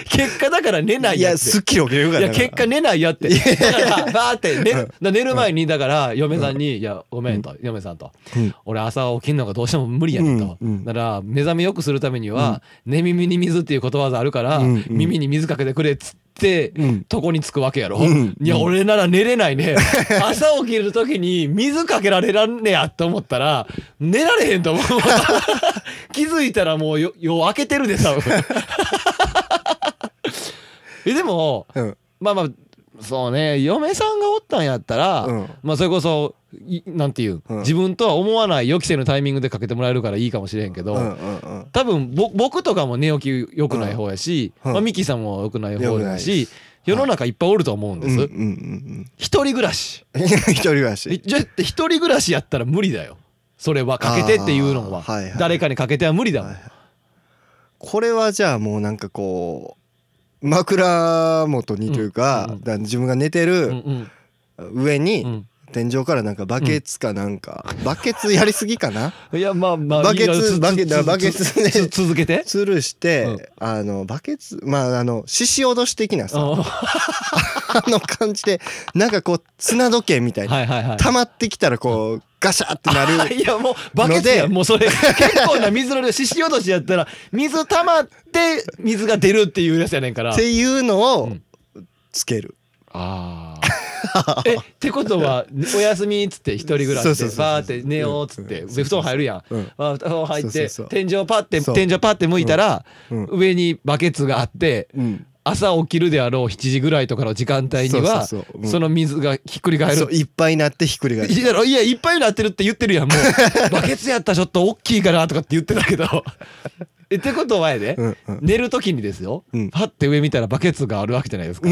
B: 結果だから寝ない
A: い
B: や
A: や
B: って
A: すっきり起きれる
B: い
A: か
B: や
A: ら
B: 結果寝ないやってだからバーって寝るだ寝る前にだから嫁さんに「いやごめん」と嫁さんと
A: うん
B: 「俺朝起きんのがどうしても無理やねん」と
A: うんうん
B: だから目覚めよくするためには「寝耳に水」っていうことわざあるから
A: うんうん
B: 耳に水かけてくれっつって
A: うん
B: とこにつくわけやろ、
A: うん
B: いや
A: うん
B: 俺なら寝れない ね朝起きる時に水かけられらんねやと思ったら寝られへん と思う気づいたらもうよ夜明けてる でさえでも
A: うん
B: まあまあそうね嫁さんがおったんやったら、
A: うん
B: まあそれこそいなんていう、
A: うん
B: 自分とは思わない予期せぬタイミングでかけてもらえるからいいかもしれへんけど、
A: うんうんうん
B: 多分ぼ僕とかも寝起き良くない方やし、
A: うんうん
B: まあ、ミキさんも良くない方
A: 良く
B: や
A: ない
B: し
A: で
B: 世の中いっぱいおると思うんで
A: うん
B: す、
A: うんうん
B: 一人暮らし
A: うん一人暮らし
B: じゃって一人暮らしやったら無理だよそれはかけてっていうのは
A: あーはいはい
B: 誰かにかけては無理だもん、
A: はいこれはじゃあもうなんかこう枕元にという
B: うんう
A: か
B: ん
A: だから自分が寝て
B: うん
A: る
B: うん
A: 上
B: う
A: に
B: ん
A: 天井からなんかバケツかなんか、バケツやりすぎか な
B: いやまあまあ
A: バケツ
B: いいよつ
A: バケ
B: つ
A: バケツね
B: つ続けて
A: 吊るして、
B: うん
A: あのバケツまああの獅子おどし的なさ
B: うん
A: あの感じでなんかこう砂時計みたいな、
B: はいはいはい
A: 溜まってきたらこうガシャってなる
B: いやもうバケツ
A: の
B: や
A: で
B: もうそれ結構な水の量獅子落としやったら水溜まって水が出るっていうやつやねんから
A: っていうのを
B: うん
A: つける、
B: ああえってことはお休みっつって一人ぐらい
A: そう
B: で
A: そうそうそう
B: バーって寝ようっつって
A: うん
B: で布団入るやん
A: うん
B: あ布団入っ
A: そう
B: て
A: そうそう
B: 天井パッて
A: そう
B: 天井パッて向いたら
A: うん
B: 上にバケツがあって
A: うん、
B: 朝起きるであろう7時ぐらいとかの時間帯には
A: そう
B: そ
A: そうそううん
B: の水がひっくり返
A: そう
B: る
A: いっぱいになってひっくり返
B: い
A: る
B: やいやいっぱいになってるって言ってるやんも うバケツやったらちょっと大きいかなとかって言ってたけどえ ってことはやで、
A: うんうん
B: 寝る時にですよ、
A: うん
B: パッて上見たらバケツがあるわけじゃないですか、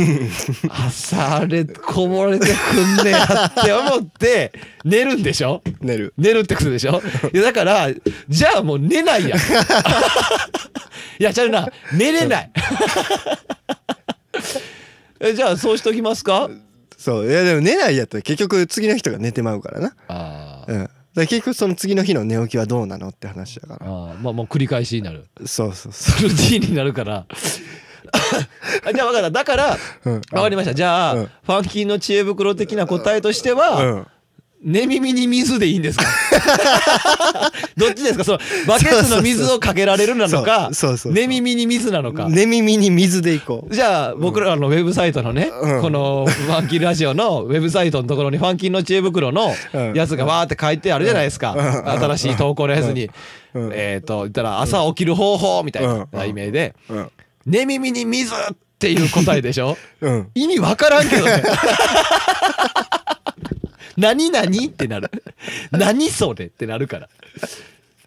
B: 朝あれこぼれてくんねやって思って寝るんでしょ
A: 寝る
B: 寝るってことでしょいやだからじゃあもう寝ない やんいやちゃうな寝れない えじゃあそうしときますか
A: そういやでも寝ないやったら結局次の人が寝てまうからな、
B: あ
A: うん、だから結局その次の日の寝起きはどうなのって話だから
B: あまあもう繰り返しになる
A: そうそうそ
B: ルーティーンになるから あじゃあ分かっただから
A: う、うん、
B: 分かりましたじゃあ、
A: うん
B: ファンキーの知恵袋的な答えとしては、
A: うん
B: 寝耳に水でいいんで すかどっちですかそのバケツの水をかけられるなのか
A: そうそうそうそう
B: 寝耳に水なのか、
A: 寝耳に水でいこう
B: じゃあ僕らのウェブサイトのね、
A: うん
B: このファンキーラジオのウェブサイトのところにファンキーの知恵袋の
A: うん
B: やつがわーって書いてあるじゃないですか、
A: うん
B: 新しい投稿のやつに、
A: うん
B: えっ、と言ったら朝起きる方法みたいな題名で、
A: うん
B: 寝耳に水っていう答えでしょ
A: うん
B: 意味わからんけどね 何何ってなる何それってなるから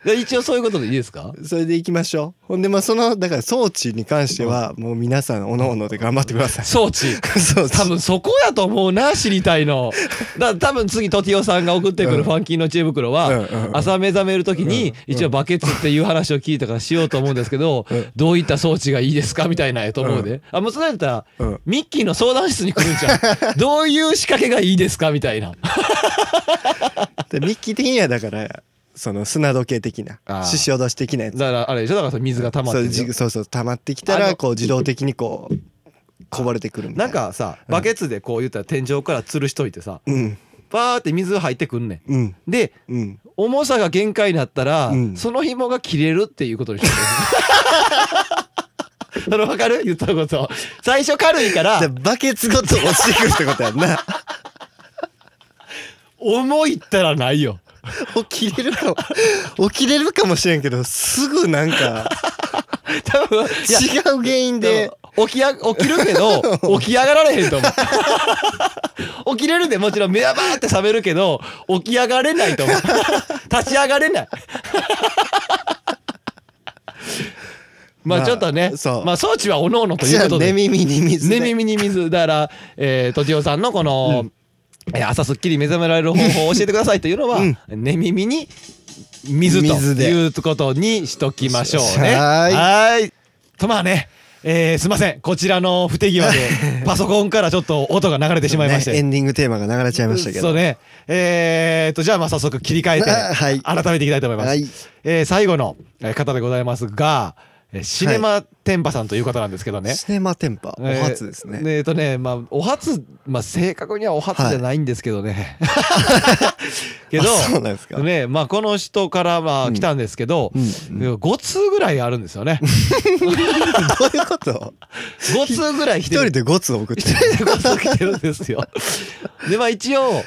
B: で一応そういうことでいいですか
A: それでいきましょうほんでまあそのだから装置に関してはもう皆さんおのおので頑張ってください
B: 装置
A: 装置
B: 多分そこやと思うな知りたいのだから多分次トティオさんが送ってく
A: うん
B: るファンキーの知恵袋
A: うん
B: は
A: うんうん
B: 朝目覚める時に一応バケツっていう話を聞いたからしようと思うんですけど
A: うん
B: どういった装置がいいですかみたいなやと思うであもうそれやったら
A: うん
B: ミッキーの相談室に来るんじゃ んどういう仕掛けがいいですかみたいな
A: でミッキー的にはだからその砂時計的な
B: あー
A: 獅子おどし的なやつ
B: だからあれでしょだからその水が溜まって
A: そ
B: る
A: う
B: でしょ
A: じそうそう溜まってきた
B: あ
A: ら
B: の
A: こう自動的にこうこぼれてくるみた
B: ないん
A: な
B: かさバケツでこう言ったら天井から吊るしといてさ
A: うん
B: バーって水入ってくんね
A: うん
B: んで
A: うん
B: 重さが限界になったら、
A: うん
B: その紐が切れるっていうこ とにしてるそれわかる言ったこと最初軽いか
A: じゃあ
B: ら
A: バケツごと落ちてくるってことやん な
B: 重いったらないよ
A: 起きれるかも起きれるかもしれんけどすぐなんか
B: 多分いや
A: 違う原因で
B: 多分起きや起きるけど起き上がられへんと思う 起きれるでもちろん目はバーって覚めるけど起き上がれない と思う立ち上がれない
A: ま
B: まあ
A: あ
B: ちょっとね、
A: そう
B: まあ装置はおのおのとい
A: じ
B: う
A: ゃ
B: こ
A: あ
B: と
A: 寝
B: で
A: 耳に水で
B: ねみみに水だから、えー、とちおさんのこの、えー朝すっきり目覚められる方法を教えてくださいというのは、
A: うん
B: ねみみに水と
A: 水で
B: いうことにしときましょうね。
A: はーい
B: ーいとまあね、えーすいませんこちらの不手 際でパソコンからちょっと音が流れてしまいまして。
A: ねエンディングテーマが流れちゃいましたけ
B: そう
A: ど
B: ねえー、とじゃあまあ早速切り替えて、
A: はい
B: 改めていきたいと思います、
A: はい
B: えー最後のえー方でございますがえーシネマテンパさんという方なんですけどね、
A: シネマテンパお
B: えー
A: 初ですね、
B: えーとね、まあ、お初、まあ、正確にはお初じゃないんですけ どね。けど
A: あ、そうなんですか
B: ね、まあ、この人から、まあ、来たんですけど、
A: うん
B: 5通ぐらいあるんです よね。
A: どういう こと
B: 5通ぐらい来
A: 一
B: てる
A: 人でゴツを送ってる
B: ってことが来てるんですよ。でまあ一応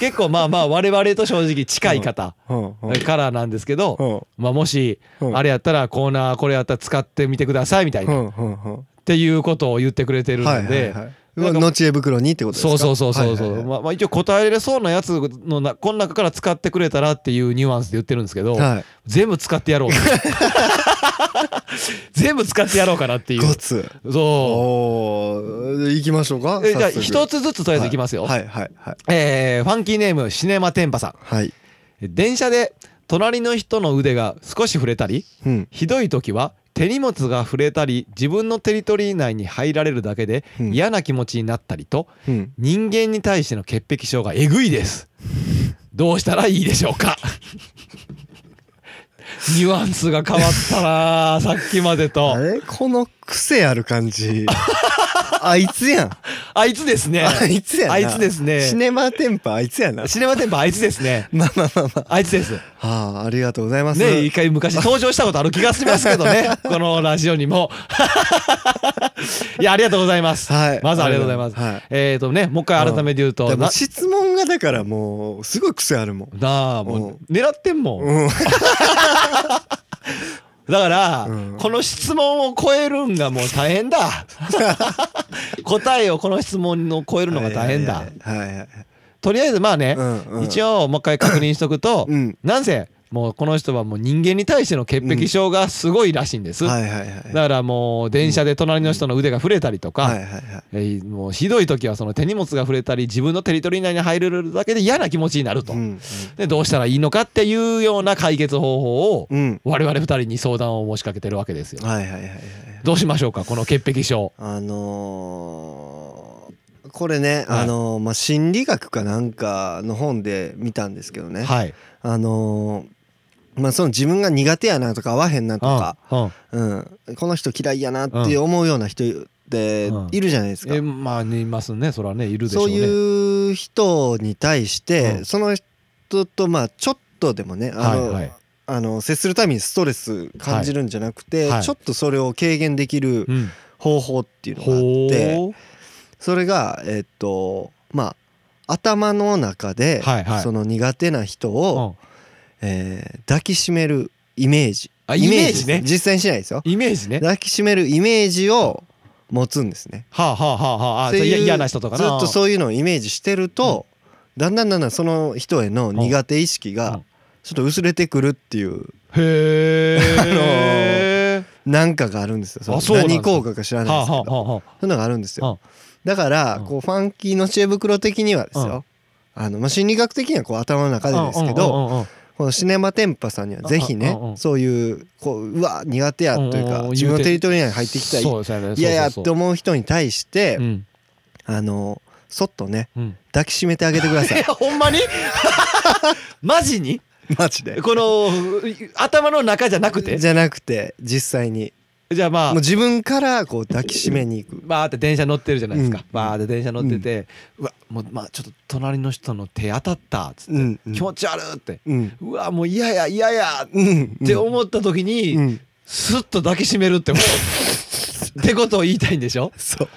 B: 結構まあまあ我々と正直近い方
A: うんうんうん
B: からなんですけど、まあ、もし
A: うん
B: あれやったらコーナーこれやったら使ってみてくださいみたいな、っ
A: うんうんうん
B: ていうことを言ってくれてるんで、
A: はいはいはいま
B: なん
A: あ
B: か
A: の知恵袋にってことです
B: そ
A: か
B: うそうそうそうそ
A: は
B: う、
A: いはいはい
B: まあ、まあ一応答えれそうなやつのなこの中から使ってくれたらっていうニュアンスで言ってるんですけど、
A: はい
B: 全部使ってやろう 全部使ってやろうかなっていう
A: ゴツ
B: そ
A: おー行きましょうか
B: うえじゃあ
A: 早速
B: 一つずつとりあえずいきますよ、
A: はいはいはい
B: えーファンキーネームシネマテンパさん
A: はい
B: 電車で隣の人の腕が少し触れたり
A: うん
B: ひどい時は手荷物が触れたり自分のテリトリー内に入られるだけで
A: うん
B: 嫌な気持ちになったりと
A: うん
B: 人間に対しての潔癖症がえぐいですどうしたらいいでしょう かニュアンスが変わったなあさっきまでと
A: あれこの癖ある感じ あいつやん
B: あいつですね
A: あいつやな
B: あいつですね
A: シネマテンパあいつやな
B: シネマテンポあいつですね
A: まあまあまあま
B: あいつです
A: あはあありがとうございます
B: ね一回昔登場したことある気がしますけど ねこのラジオにも いやありがとうございます、
A: はい
B: まずありがとうございます、
A: はい
B: えっ、とねもう一回改めて言うと、
A: でも
B: な
A: 質問がだからもうすごい癖あるもん
B: なあもう狙ってんもん、
A: うん
B: だから、
A: うん
B: この質問を超えるんがもう大変 だ答えをこの質問の超えるのが大変だ、
A: はいはいはい
B: とりあえずまあね、
A: うんうん
B: 一応もう一回確認しとくと、
A: うん
B: なんせもうこの人はもう人間に対しての潔癖症がすごいらしいんです、
A: はいはいはい
B: だからもう電車で隣の人の腕が触れたりとか、
A: はいはいはい
B: えーもうひどい時はその手荷物が触れたり自分のテリトリー内に入るだけで嫌な気持ちになると、
A: うん
B: でどうしたらいいのかっていうような解決方法を
A: うん
B: 我々二人に相談を申しかけてるわけですよ。
A: はいはいはいはい
B: どうしましょうかこの潔癖症。
A: あのーこれね、
B: はい
A: あのーまあ、心理学かなんかの本で見たんですけどね、
B: はい。
A: あのーまあ、その自分が苦手やなとか合わへんなとか、
B: うんうん
A: うん、この人嫌いやなって思うような人って
B: うん
A: いるじゃないですか、
B: えまあいますねそれはねいるでしょ
A: そうう
B: ね。
A: いう人に対して、
B: うん
A: その人とまあちょっとでもねあの、
B: はいはい
A: あの接するためにストレス感じるんじゃなくて、
B: はい
A: ちょっとそれを軽減できる
B: うん、
A: 方法っていうのがあって。
B: ほ
A: それがえっとまあ頭の中で、
B: はいはい
A: その苦手な人
B: う、う
A: を、
B: ん
A: えー抱きしめるイメージ
B: あイメージね
A: 実践しないですよ
B: イメージね。
A: 抱きしめるイメージを持つんですね
B: はあ、はあはあはあ、あ
A: そう
B: そ
A: いう
B: ういや嫌な人とか
A: ずっ
B: な。
A: とそういうのをイメージしてると、だんだんだんだんその人への苦手意識
B: うんう
A: が
B: ん
A: ちょっと薄れてくるっていう
B: へえ。
A: なんかがあるんですよそ
B: あそう
A: の
B: なんだ
A: 何効果か知らない
B: は
A: です
B: あ
A: け
B: は
A: ど
B: あはあは
A: そういうのがあるんですよ。だから、
B: うん
A: こうファンキーの知恵袋的にはですよ、あのまあ、心理学的にはこう頭の中で
B: あ。
A: ですけ
B: うん
A: ど
B: うんうんうん
A: このシネマテンパさんにはぜひ
B: うんうんう
A: ね
B: ん
A: そういうこううわ苦手やという
B: うんう
A: か
B: ん
A: 自分のテリトリー内に入ってきた
B: そ
A: いう
B: ですよね
A: 嫌やっ
B: そう
A: て
B: そう
A: 思う人に対して
B: そううん
A: あのそっとね
B: うん
A: 抱きしめてあげてくださ
B: え
A: い
B: ほんまに マジに
A: マジで。
B: このう頭の中じゃなく て
A: じゃなくて実際に
B: じゃあま
A: も
B: あ
A: う自分からこう抱きしめに行く。
B: バーって電車乗ってるじゃないですか、
A: うん
B: バーって電車乗ってて、うわもうまあちょっと隣の人の手当たったっつって、
A: うんうん
B: 気持ち悪いって
A: うん
B: うわもう嫌や嫌やっ
A: うん
B: て思った時に、
A: うん
B: スッと抱きしめるっ てことってことを言いたいんでしょ
A: そう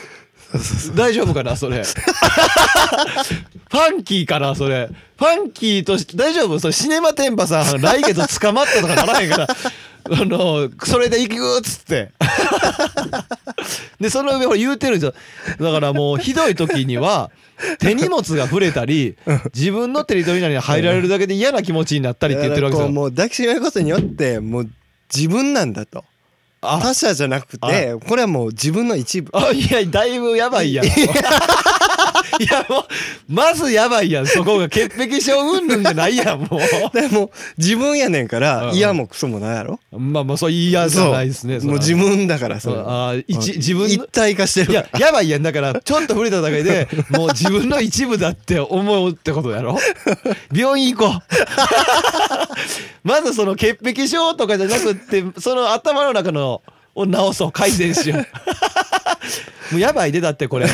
B: 大丈夫かな それファンキーかなそれファンキーとして大丈夫それシネマテンパさん来月捕まったとかなら へんからあのそれで行くっつって でその上ほら言うてるじゃんだからもうひどい時には手荷物が触れたり自分のテリトリー内に入られるだけで嫌な気持ちになったりって言ってるわけ
A: だか
B: で
A: ら
B: す
A: こうも
B: よ
A: う抱きしめることによってもう自分なんだと
B: あ
A: 他者じゃなくてこれはもう自分の一部
B: あいやだいぶやばいやん いやもうまずやばいやんそこが潔癖症うんぬんじゃないやんもう
A: でも自分やねんか
B: うん
A: ら
B: うん
A: 嫌もクソもないやろ
B: まあまあそう嫌じゃないですね。
A: そうもう
B: それ
A: 自
B: は
A: 分だからそれは
B: あー一
A: うん
B: 自分の
A: 一体化して
B: い
A: るか
B: ややばいやんだからちょっと触れただけで もう自分の一部だって思うってことやろ病院行こう まずその潔癖症とかじゃなくってその頭の中のを直そう改善しよ うもうやばいでだってこれ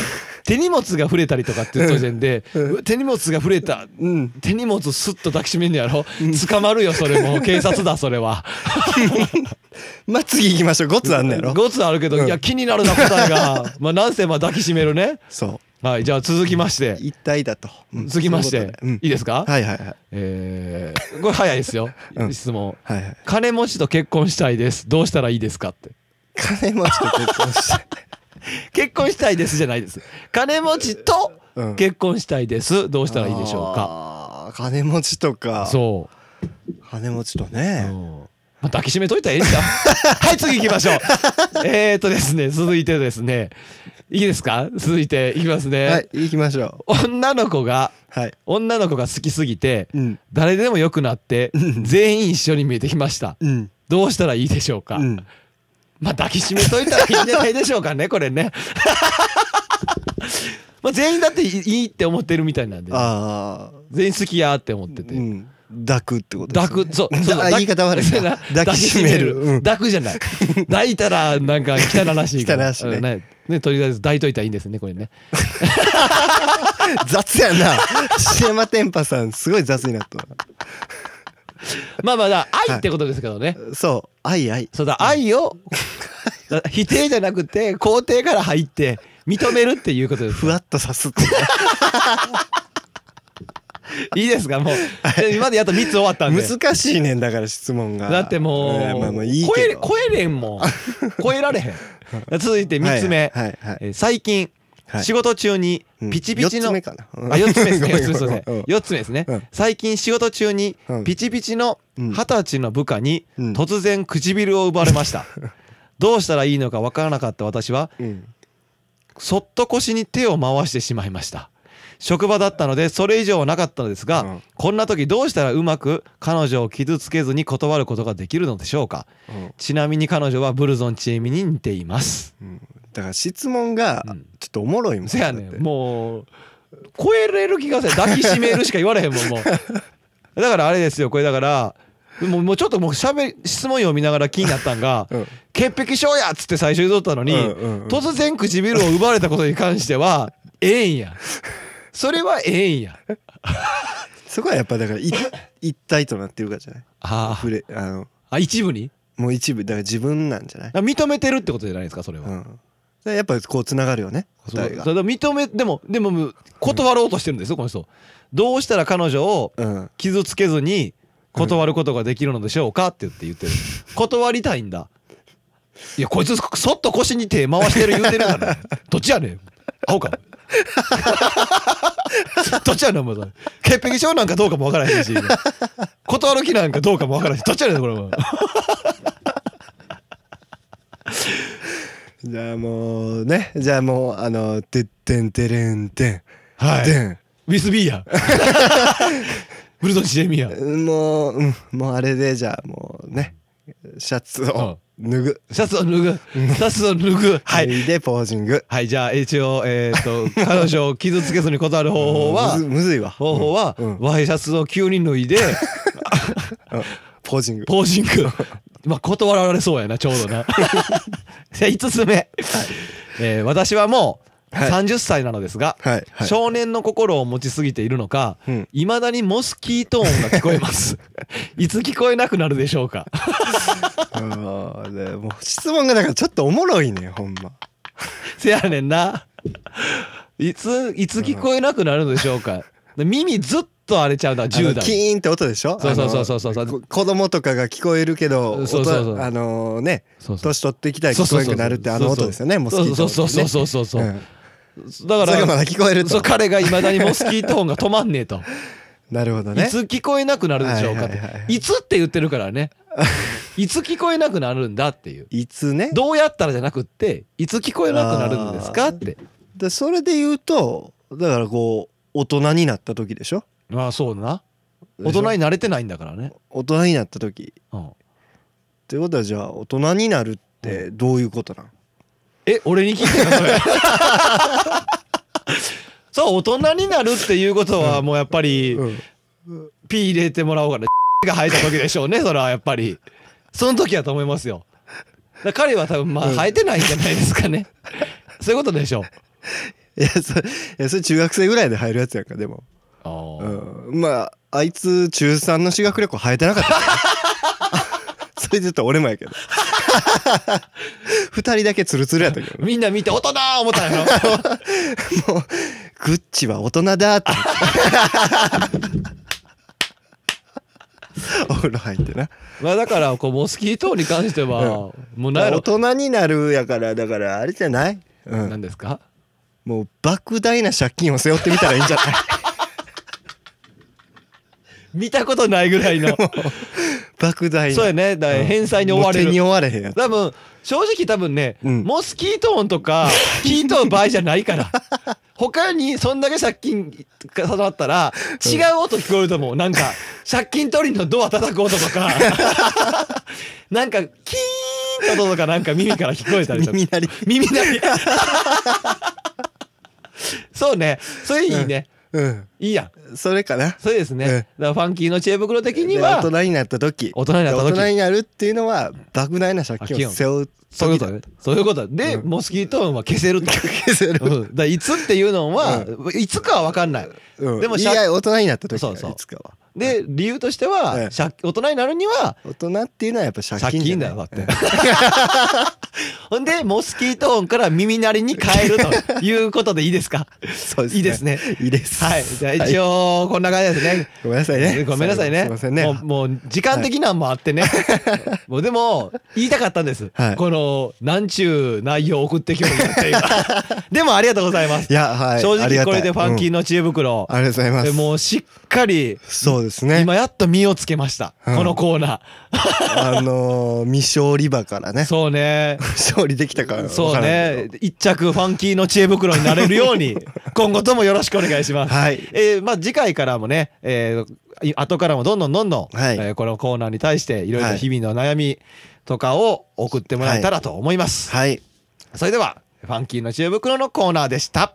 B: 手荷物が触れたりとかって言った時点でうわ手荷物が触れた
A: らうん
B: 手荷物すっと抱きしめんのやろ捕まるよそれもう警察だそれは。
A: まあ次行きましょうゴツあんねやろ
B: 5つあるけど、いや気になるな答 えがまあなんせまあ抱きしめるね
A: そう
B: はいじゃあ続きまして
A: 一体だとうん
B: 続きまし
A: そういう
B: て
A: ことでうん
B: いいですか、
A: はいはいはい
B: えーこれ早いですよ、
A: うん
B: 質問
A: はいはい
B: 金持ちと結婚したいですどうしたらいいですかって
A: 金持ちと結婚して
B: 結婚したいですじゃないです金持ちと
A: うん
B: 結婚したいですどうしたらいいでしょうか
A: か金持ちとか
B: そ
A: 金持ちと
B: う、
A: ね
B: うんまあ、抱きしめといたらええんちゃう はい次行きましょうえーとですね続いてですねいいですか続いていきますね、
A: はい行きましょう
B: 女の子が
A: はい
B: 女の子が好きすぎて、
A: うん
B: 誰でも良くなって全員一緒に見えてきました
A: うん
B: どうしたらいいでしょうか、
A: うん
B: まあ抱きしめといたらいいんじゃないでしょうかねこれね まあ、全員だっていいいいって思ってるみたいなんで
A: ああ
B: 全員好きやって思ってて。
A: うん抱くってことです
B: 抱
A: ね
B: く、そう、
A: だ
B: そう
A: あ言い方悪いな
B: そう やな
A: 抱きしめるうん
B: 抱きしめる抱くじゃない。抱いたら、なんか汚らしいから。
A: 汚らしいね
B: うんね。ね、とりあえず抱いといたらいいんですね、これね。
A: 雑やなシェマテンパさんすごい雑になった
B: まあまあだ、愛ってことですけどね。
A: そう愛愛
B: そうだ、愛を。 だ否定じゃなくて、肯定から入って、認めるっていうことです
A: ふ
B: よ。
A: わっと刺す って
B: いいですか、もう。で今までやっと三つ終わったんで。
A: 難しいねんだから質問が
B: だっても
A: え
B: う、
A: ーまあまあいい
B: 超
A: け
B: え
A: ど
B: 超えれ んもん超えられへん続いて3つ目、
A: はいはいはい
B: えー最近、
A: はい
B: 仕事中に
A: うん
B: ピチピチの、
A: 四つ目かな
B: あ4つ目ですね
A: ご
B: 4
A: めん
B: つ目そうです
A: ごめん
B: ね四つ目ですね、
A: うん
B: 最近仕事中に
A: うん
B: ピチピチの
A: うん
B: 二十歳の部下に
A: うん
B: 突然唇を奪われま した、どうしたらいいのかわからなかった私は
A: うん
B: そっと腰に手を回してしまいました職場だったのでそれ以上はなかったのですが、
A: うん
B: こんな時どうしたらうまく彼女を傷つけずに断ることができるのでしょうか
A: うん
B: ちなみに彼女はブルゾンチエミに似ています。
A: うんだから質問が
B: うん
A: ちょっとおもろいもん
B: せやね
A: だって
B: んもう超えれる気がせん抱きしめるしか言われへんもんもうだからあれですよこれだからもうもうちょっともうしゃべ質問読みながら気になったんが
A: うん
B: 「潔癖症や!」っつって最初言うとったのに、
A: うんうんうん
B: 突然唇を奪われたことに関しては ええんやそれはええんや
A: そこはやっぱだから い一体となってるかじゃない
B: あ
A: 触れあの
B: あ一部に
A: もう一部だから自分なんじゃない、
B: 認めてるってことじゃないですかそれは、
A: うん、でやっぱこうつながるよね
B: そう
A: 答えが
B: そうだから認めでもでも断ろうとしてるんですよこの人どうしたら彼女を
A: うん
B: 傷つけずに断ることができるのでしょうかって言って言ってる断りたいんだいやこいつそっと腰に手回してる言うてるからどっちやねんアホかどっちやねんお前それ潔癖症なんかどうかもわからへんし断る気なんかどうかもわからへんしどっちやねんこれも
A: じゃあもうねじゃあもうあの「てってんてれんてん」
B: はい
A: でん
B: ウィスビーやブルゾンシエミや
A: うんもう、うん、もうあれでじゃあもうねシャツを脱ぐ、
B: シャツを脱ぐシャツを脱ぐはい
A: 脱いでポージング
B: はい、じゃあ一応、えっ、と、彼女を傷つけずに断る方法は
A: む、ずむずいわ
B: 方法は、
A: うんうん
B: ワイシャツを急に 脱いで、
A: ポージング
B: ポージング。まあ、断られそうやな、ちょう どな。じゃあ5つ目。えー私はもう、
A: はい
B: 30歳なのですが、
A: はいはい
B: 少年の心を持ちすぎているのか
A: うん、
B: いま、だにモスキート音が聞こえ ます。いつ聞こえなくなるでしょうか。
A: あーでもう質問がだからちょっとおもろいねほんま
B: せやねんな。いつ、いつ聞こえなくなるのでしょうか。で耳ずっと荒れちゃうんだ、
A: あの
B: 10代
A: キ。ーンって音でしょ
B: そうそうそうそうそう
A: あのこ子供とかが聞こえるけど音
B: そうそうそう
A: あのね
B: そうそう
A: 年取ってきたら聞こえなくなるってあの音ですよねモスキート
B: そう
A: 音
B: そうそう
A: ね
B: そうそうそう、
A: うん
B: だか
A: そ
B: ら
A: れがまだ聞こえると
B: そう彼がいまだにモスキート音が止まんねえと、
A: なるほど
B: い
A: ね
B: つ聞こえなくなるでしょうかって、
A: はいいはいはいはい
B: つって言ってるか らねいつ聞こえなくなるんだっていう
A: いつね
B: どうやったらじゃなくっていつ聞こえなくなるんですかって
A: でそれで言うとだからこう大人になった時でしょ
B: まあそうな
A: で
B: 大
A: しょ
B: 人になれてないんだからね、
A: 大人になった時っ
B: うん、
A: てことはじゃあ大人になるってどういうことなん
B: え俺に聞いてん のそれそう大人になるっていうことはもうやっぱり、
A: うん
B: ピー入れてもらおうかな が生えた時でしょうねそれはやっぱりその時やと思いますよだから彼は多分まあ生えてないんじゃないですか ね、そういうことでしょう
A: いやそれいやそれ中学生ぐらいで入るやつやんかでもうんまああいつ中3の修学旅行生えてなかったからそれで言ったら 俺もやけど二人だけツルツルやったけど ね
B: みんな見て大人ー思ったんやろ
A: もうグッチは大人だって お風呂入ってな
B: まあだからこうモスキートに関してはもう何や
A: 大
B: ろ
A: 人になるやからだからあれじゃない、う
B: 何
A: ん、
B: ですか
A: もう莫大な借金を背負ってみたらいいんじゃ ない
B: 見たことないぐら いの
A: 莫大な
B: そうやねだか
A: う
B: ら
A: ん
B: 返済に追われ
A: もう手に
B: る
A: 追われへんやつ
B: 多分正直多分ね、
A: うん
B: モスキート音と か聞いとる場合じゃない から他にそんだけ借金が定まったら違う音聞こえると思う なんか借金取りのドア叩く音と かなんかキーンって音とかなんか耳から聞こえたりとか
A: 耳鳴り
B: 耳鳴りそうね。それいいね。
A: うん
B: いいやん。
A: それかな
B: そうですね。
A: うん
B: だからファンキーの知恵袋的に
A: で
B: は
A: 大、人になった時
B: 大人になった
A: 大人
B: 時。
A: になるっていうのは莫大な借金を背負う
B: そういう
A: 時
B: こと
A: だ
B: だね。そういうことだ。で、
A: うん
B: モスキートーンは消せる と。
A: 消せ
B: う
A: る
B: ん、だからいつっていうのは、いつかは分かんない。
A: うん
B: でも
A: い
B: 借
A: や大人になった時だ
B: そうそう
A: いつかは
B: で、理由としては、
A: ええ
B: 借大人になるには
A: 大人っていうのはやっぱ借
B: 借
A: 金じゃ
B: 金
A: な
B: だ
A: い
B: よ、だって。 ほんで、モスキートーンから耳鳴りに変える ということでいいですか
A: そうですね
B: いいですね。
A: いいです
B: はい。じゃあ一応、こんな感じですね。
A: ごめんなさいね
B: ごめんなさいね。
A: すいませんね
B: もう、もう時間的なんもあってね。もうでも、言いたかったんです。
A: はい
B: この、なんちゅう内容を送ってきようになっ て今でもありがとうございます
A: い。やはい
B: 正
A: ありが
B: 直こ
A: たい
B: れでファンキー
A: うん
B: の知恵袋、
A: ありがとうございま
B: え
A: す
B: もうしっかり、
A: そうですね
B: 今やっと身をつけました。
A: うん
B: このコーナ
A: あのー未勝利馬から
B: ー。
A: ね
B: そうね。
A: 勝利できたから
B: そうね。一着ファンキーの知恵袋になれるよう に、今後ともよろしくお願いします。
A: はい
B: えーまあ次回からもね、えーい後からもどんどんどんどん、
A: はい
B: えーこのコーナーに対していろいろ
A: はい
B: 日々の悩みとかを送ってもらえたらと思います。
A: はい
B: それでは、ファンキーの知恵袋のコーナーでした。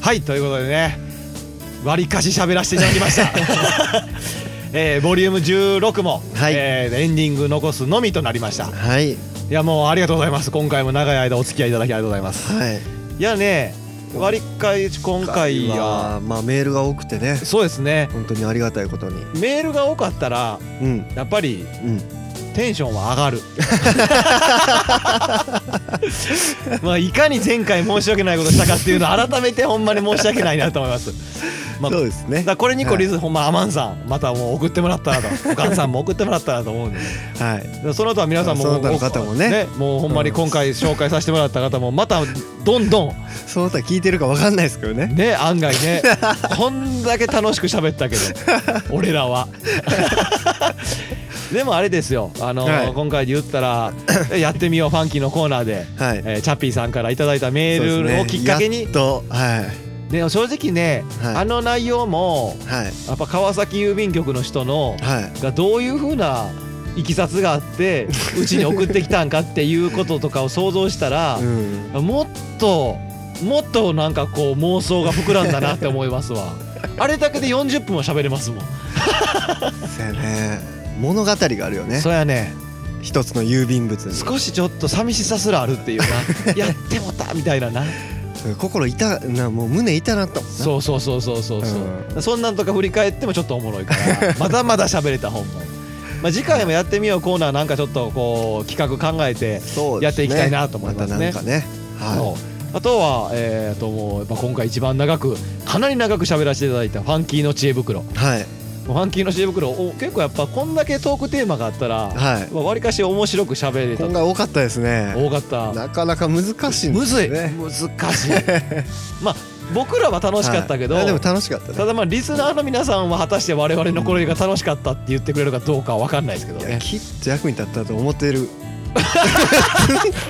B: はい、ということでね、割りかし喋らせていただきま した。えーボリューム16も、
A: はい
B: えーエンディング残すのみとなりました。
A: はい
B: いやもうありがとうございます。今回も長い間お付き合いいただきありがとうございます。
A: はい
B: いやね、割り返し今回は、
A: まあメールが多くてね
B: そうですね。
A: 本当にありがたいことに
B: メールが多かったら
A: うん
B: やっぱり
A: うん
B: テンションは上が る。 まあいかに前回申し訳ないことしたかっていうのを改めてほんまに申し訳ないなと思います。まあ
A: そうですね
B: だからこれにこりず、ほんまアマンさんまたもう送ってもらったらと お母さんも送ってもらったらと思うんで
A: はい
B: でその後は皆さんも
A: その他の方もね
B: もうほんまに今回紹介させてもらった方もまたどんどん
A: その他聞いてるかわかんないですけどね
B: ね案外 ねこんだけ楽しく喋ったけど俺 らはでもあれですよあの、
A: はい
B: 今回で言っ たらやってみようファンキーのコーナーで、
A: はい
B: えーチャッピーさんからいただいたメ
A: そう
B: ー
A: です
B: ル
A: ね
B: をきっかけに
A: やっとはい
B: でも正直ね、
A: はい
B: あの内容も
A: はい
B: やっぱ川崎郵便局の人の
A: はい、
B: がどういうふうないきさつがあってうちに送ってきたんかっていうこととかを想像したら
A: うん
B: もっともっとなんかこう妄想が膨らんだなって思いま すわあれだけで40分は喋れますもん、
A: そうやね物語があるよね
B: そうやね
A: 一つの郵便物に
B: 少しちょっと寂しさすらあるっていう なやってもたみたいなな
A: 心痛なもう胸痛なったもんな
B: そうそうそうそうそうそう、
A: う
B: そんなんとか振り返ってもちょっとおもろいから まだまだ喋れた本も、まあ、次回もやってみようコーナーなんかちょっとこう企画考えて
A: そうですね
B: やっていきたいなと思いますね
A: またなんかねは
B: そうあとは、えー、ともうやっぱ今回一番長くかなり長く喋らせていただいた「ファンキーの知恵袋」
A: いはい
B: ファンキーの知恵袋お結構やっぱこんだけトークテーマがあったら、
A: はい
B: まあ、割かし面白く喋れた
A: 今回多かったですね
B: 多かった
A: なかなか難しいん
B: む
A: です
B: ずい、
A: よね
B: 難しいまあ僕らは楽しかったけど、
A: はいあでも楽しかった
B: た
A: ね
B: だまあリスナーの皆さんは果たして我々のこれが楽しかったって言ってくれるかどうかは分かんないですけど
A: いや
B: ね
A: きっと役に立ったと思ってる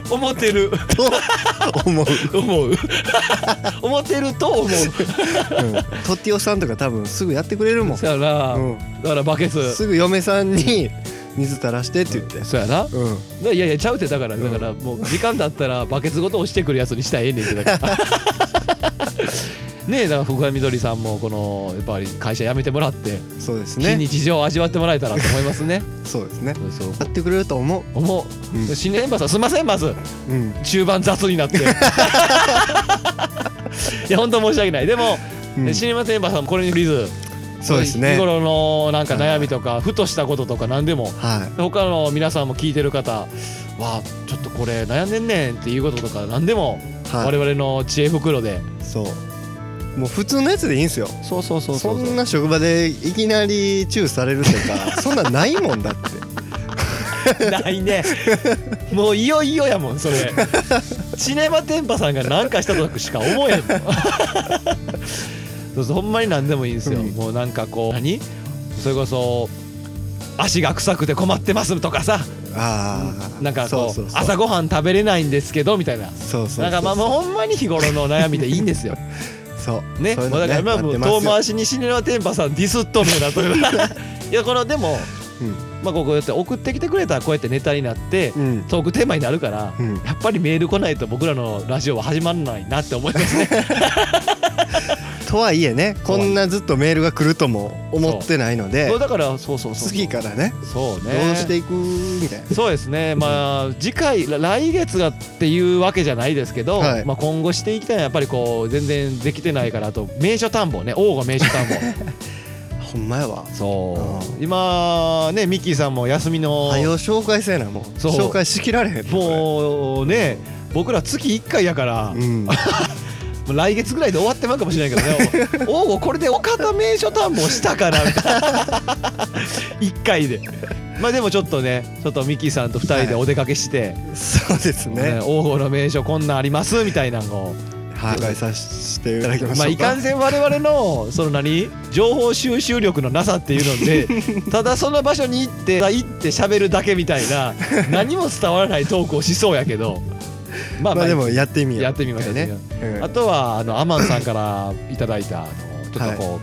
B: 思ってる
A: と思う
B: 思う思ってると思
A: う
B: う
A: んトッティオさんとか多分すぐやってくれるもん
B: そやな、
A: うん
B: だからバケツ
A: すぐ嫁さんに水垂らしてって言って
B: そうやな
A: うん
B: だいやいやちゃうてだからだからもう時間だったらバケツごと落ちてくるやつにしたらええねんってだから ねえだから福田みどりさんもこのやっぱり会社辞めてもらって、
A: そうです
B: 非
A: ね
B: 日常を味わってもらえたらと思いますね
A: そうですね
B: そうそう
A: やってくれると思
B: 思
A: う
B: う、
A: ん
B: 新年バスすいませんまず
A: ううん
B: 中盤雑になっ ていや本当申し訳ないでも、
A: うん
B: 新年バスメンバーさんもこれにフリーズ
A: そうですね
B: 日頃のなんか悩みとかふとしたこととか何でも
A: は
B: 他の皆さんも聞いてる方わあちょっとこれ悩んでんねんっていうこととか何でも
A: い
B: 我
A: は
B: 々の知恵袋で
A: いそうもう普通のやつでいいんすよ
B: そうそうそ
A: そんな職場でいきなりチューされると かそんなんないもんだって
B: な いねもういよいよやもんそれシネマテンパさんが何かしたとしか思えん もんそうそうほんまに何でもいいんですよ、
A: うん
B: もうなんかこう何それこそ足が臭くて困ってますとかさ
A: ああ
B: なんか
A: そ
B: こ
A: う
B: う
A: そうそう
B: 朝ごはん食べれないんですけどみたいな
A: そうそうそう
B: なんかまあもうほんまに日頃の悩みでいいんですよ。
A: そう
B: ね、
A: そういう
B: も
A: の
B: うだから今もう
A: 待っ
B: 遠
A: てま
B: 回しにシネマテンパさんディスっとるよなという いやこのでも、
A: うん
B: まあこうこうやって送ってきてくれたらこうやってネタになって
A: すうん
B: トークテーマになるから、
A: うん
B: やっぱりメール来ないと僕らのラジオは始まらないなって思いますね
A: とはいえねこんなずっとメールが来るとも思ってないので
B: そう だからそうそうそう
A: 次からね
B: そう
A: ど
B: ね
A: うしていくみたいな
B: そうですねまあ次回ら来月がっていうわけじゃないですけど、
A: はい
B: まあ、今後していきたいのはやっぱりこう全然できてないからあと名所探訪ね王が名所探訪
A: ほんまやわ
B: そう今ねミッキーさんも休みの
A: はよ紹介せえなもう
B: そう
A: 紹介しきられへんう
B: もうね僕ら月1回やから、
A: うん
B: もう来月ぐらいで終わってまうかもしれないけ どね王吾これでお方名所探訪したかなみたいな1回でまあでもちょっとねちょっとミッキーさんと2人でお出かけして、
A: そうです
B: ね
A: ね
B: 王吾の名所こんなんありますみたいなのを
A: 紹介させていただきましょう
B: まあいか
A: ん
B: んせん我々のその何情報収集力のなさっていう のでただその場所に行ってただ行って喋るだけみたい な何も伝わらないトークをしそうやけどまあ
A: まあでもやってみよう
B: やってみましょうね。
A: うん
B: あとはあのアマンさんからいただいたあのちょっとこ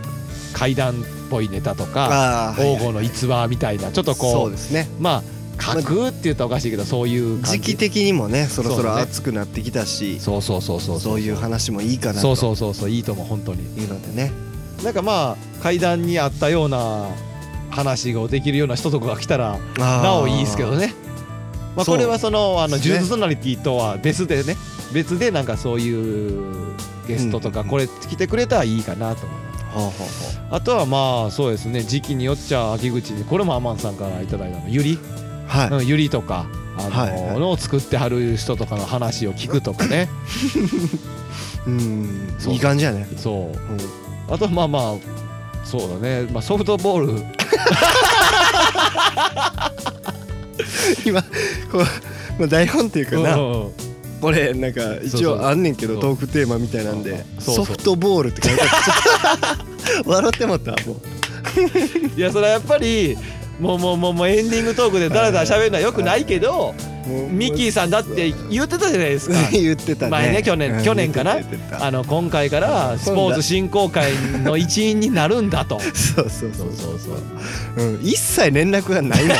B: う、怪談っぽいネタとか
A: あーはい
B: 王金の逸話みたいなちょっと
A: そう
B: こ
A: で
B: う
A: すね
B: まあ架空って言ったらおかしいけどそういう感じ
A: 時期的にもねそろそ
B: そう
A: ろ
B: だね
A: 暑くなってきたし
B: そうそうそうそう
A: そういう話もいいかな
B: そう
A: と
B: そうそうそういいと思う本当に
A: いうのでね
B: なんかまあ怪談にあったような話ができるような人とかが来たらな
A: な
B: おいいですけどねまあ
A: そう
B: これはそのあの
A: ですね
B: ジューズソナリティとは別でね別でなんかそういうゲストと
A: う
B: か
A: ん
B: これ来てくれたらいいかなと思います
A: ほうほうほ
B: あとはまあそうですね時期によっちゃ秋口にこれもアマンさんからいただいたのゆり、
A: うはい
B: うん、ゆりとかあの、
A: はいはい
B: のを作ってはる人とかの話を聞くとか ね
A: うん
B: そう
A: いい感じやね
B: そう
A: うん
B: あとまあまあそうだね、まあ、ソフトボール
A: 今こうまあ台本っていうかな
B: うんうん
A: これなんか一
B: そうそう
A: 応あんねんけど
B: そう
A: トークテーマみたいなんで
B: そうそ
A: ソ
B: う
A: フトボールって書いてあってちょっと 笑ってもったもう
B: いやそれはやっぱりもうもうもうもうエンディングトークでだらだら喋るのはよくないけど
A: もう
B: ミキーさんだって言ってたじゃないですか
A: 言ってたね
B: 前ね去年
A: うん
B: 去年かな
A: 言ってた言ってた
B: あの今回からスポーツ振興会の一員になるんだと
A: そうそうそ
B: そううそうそう
A: うん、一切連絡がないの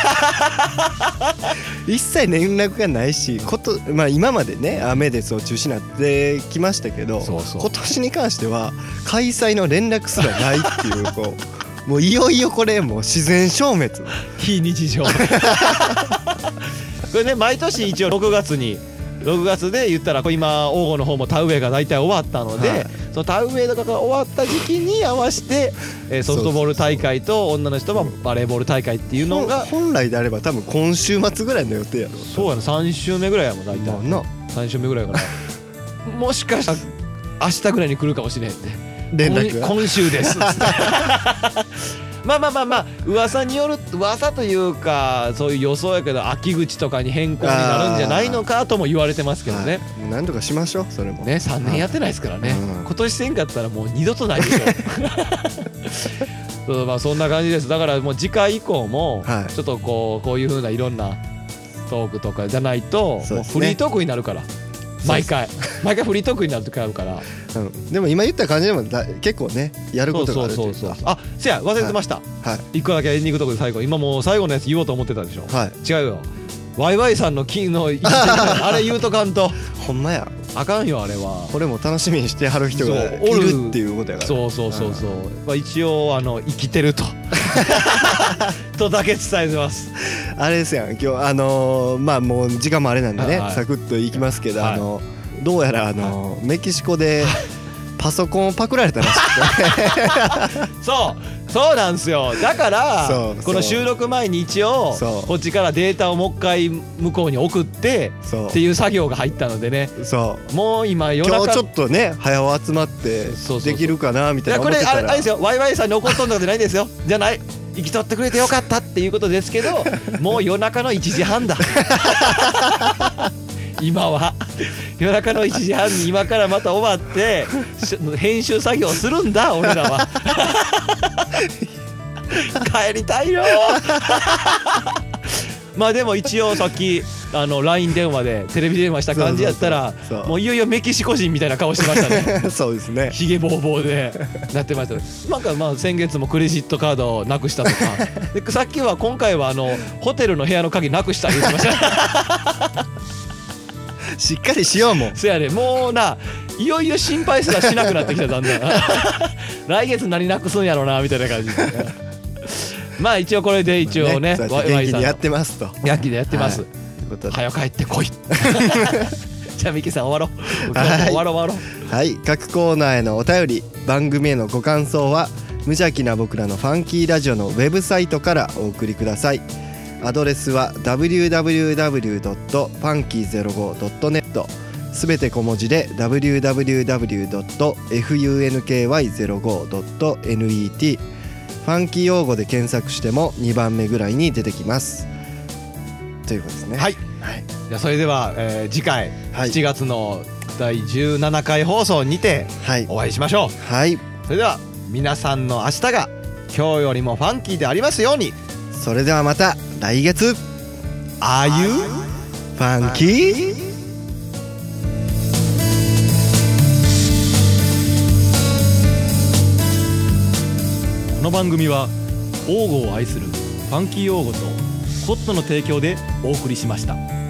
A: 一切連絡がないしこと、まあ、今までね雨でそう中止になってきましたけど
B: そうそう
A: 今年に関しては開催の連絡すらないっていうこうもういよいよこれもう自然消滅
B: 非日常 これね毎年一応6月に6月で言ったらこう今王吾の方も田植えが大体終わったので、
A: はい
B: その田植えとかが終わった時期に合わせて、えーソフトボール大会と女の人はバレーボール大会っていうのが
A: ほん本来であれば多分今週末ぐらいの予定やろ
B: そうやな3週目ぐらいやもん大
A: まあ
B: 体
A: な
B: 3週目ぐらいかな もしかしたら明日ぐらいに来るかもしれんって
A: 連絡が
B: 今今週 ですまあまあまあまあ噂による噂というかそういう予想やけど秋口とかに変更になるんじゃないのかとも言われてますけどね
A: はいもう何とかしましょうそれも
B: ね3年やってないですからね、
A: うん
B: 今年せんかったらもう二度とないでしょ そうまあそんな感じですだからもう次回以降も
A: はい
B: ちょっとこうこういうふうないろんなトークとかじゃないと
A: そう
B: もう
A: ですね
B: フリートークになるから毎回毎回フリートークになる時あるから
A: うんでも今言った感じでもだ結構ねやる
B: そ
A: こ
B: う
A: とが
B: そ
A: あ
B: う
A: ると
B: そ
A: いううか
B: そうあせや忘れてました、
A: はい
B: 一個だけエンディングとこで最後今もう最後のやつ言おうと思ってたでしょ、
A: はい
B: 違うよワイワイさんの金のあれ言うとか んと
A: ほんまや
B: あかんよあれは
A: これも楽しみにしてはる人が
B: そう
A: い
B: おる
A: るっていうことやから
B: そうそうそうそう、まあ、一応あの生きてる ととだけ伝えてます
A: あれですやん今日あのーまあもう時間もあれなんでね、
B: はいはい
A: サクッといきますけど、
B: はい
A: あのどうやらあのーメキシコでパソコンをパクられたらしく て
B: そうそうなんですよだから
A: そうそう
B: この収録前に一応
A: そう
B: こっちからデータをもう一回向こうに送って
A: そ
B: っていう作業が入ったのでね
A: うそう
B: もう今夜
A: 今
B: 中
A: 日ちょっとね早を集まって
B: そうそうそう
A: できるかなみ
B: い
A: たい
B: や
A: な
B: こ
A: 思っ
B: れ
A: て
B: あ
A: た
B: れあれ
A: ら
B: ですよワイワイさんに怒っとんのじゃないですよじゃない生きとってくれてよかったっていうことです けどもう夜中の1時半だ 今は夜中の1時半に今からまた終わってし編集作業するんだ俺らは 帰りたいよ まあでも一応さっきあの LINE 電話でテレビ電話した感じやったら
A: そうそうそう
B: もういよいよメキシコ人みたいな顔してましたね
A: そうですね
B: ひげぼうぼ うでなってましたねなんかまあ先月もクレジットカードをなくしたと かでさっきは今回はあのホテルの部屋の鍵なくした言ってました
A: しっかりしようもん
B: そやねもうないよいよ心配すらしなくなってきただん だん来月何なくすんやろなみたいな感じでまあ一応これで一応ね
A: そうやっ
B: ワ
A: て
B: イワ
A: 元
B: イ
A: 気
B: さん
A: に
B: の
A: やってますと
B: ヤンキーでやってます、
A: ということで
B: 早く帰って こいじゃあミキさん終わろう今
A: はい
B: 日も終わろう終わろう
A: はい各コーナーへのお便り番組へのご感想は無邪気な僕らのファンキーラジオのウェブサイトからお送りくださいアドレスは www.funky05.net すべて小文字で www.funky05.net ファンキー用語で検索しても2番目ぐらいに出てきますということですね
B: はい
A: はい、
B: じゃあそれでは、えー次回
A: はい
B: 7月の第17回放送にて
A: はい
B: お会いしましょう
A: はい、
B: それでは皆さんの明日が今日よりもファンキーでありますように
A: それではまた来月
B: ああいう
A: ファンキー
B: この番組は王語を愛するファンキー王語とコットの提供でお送りしました。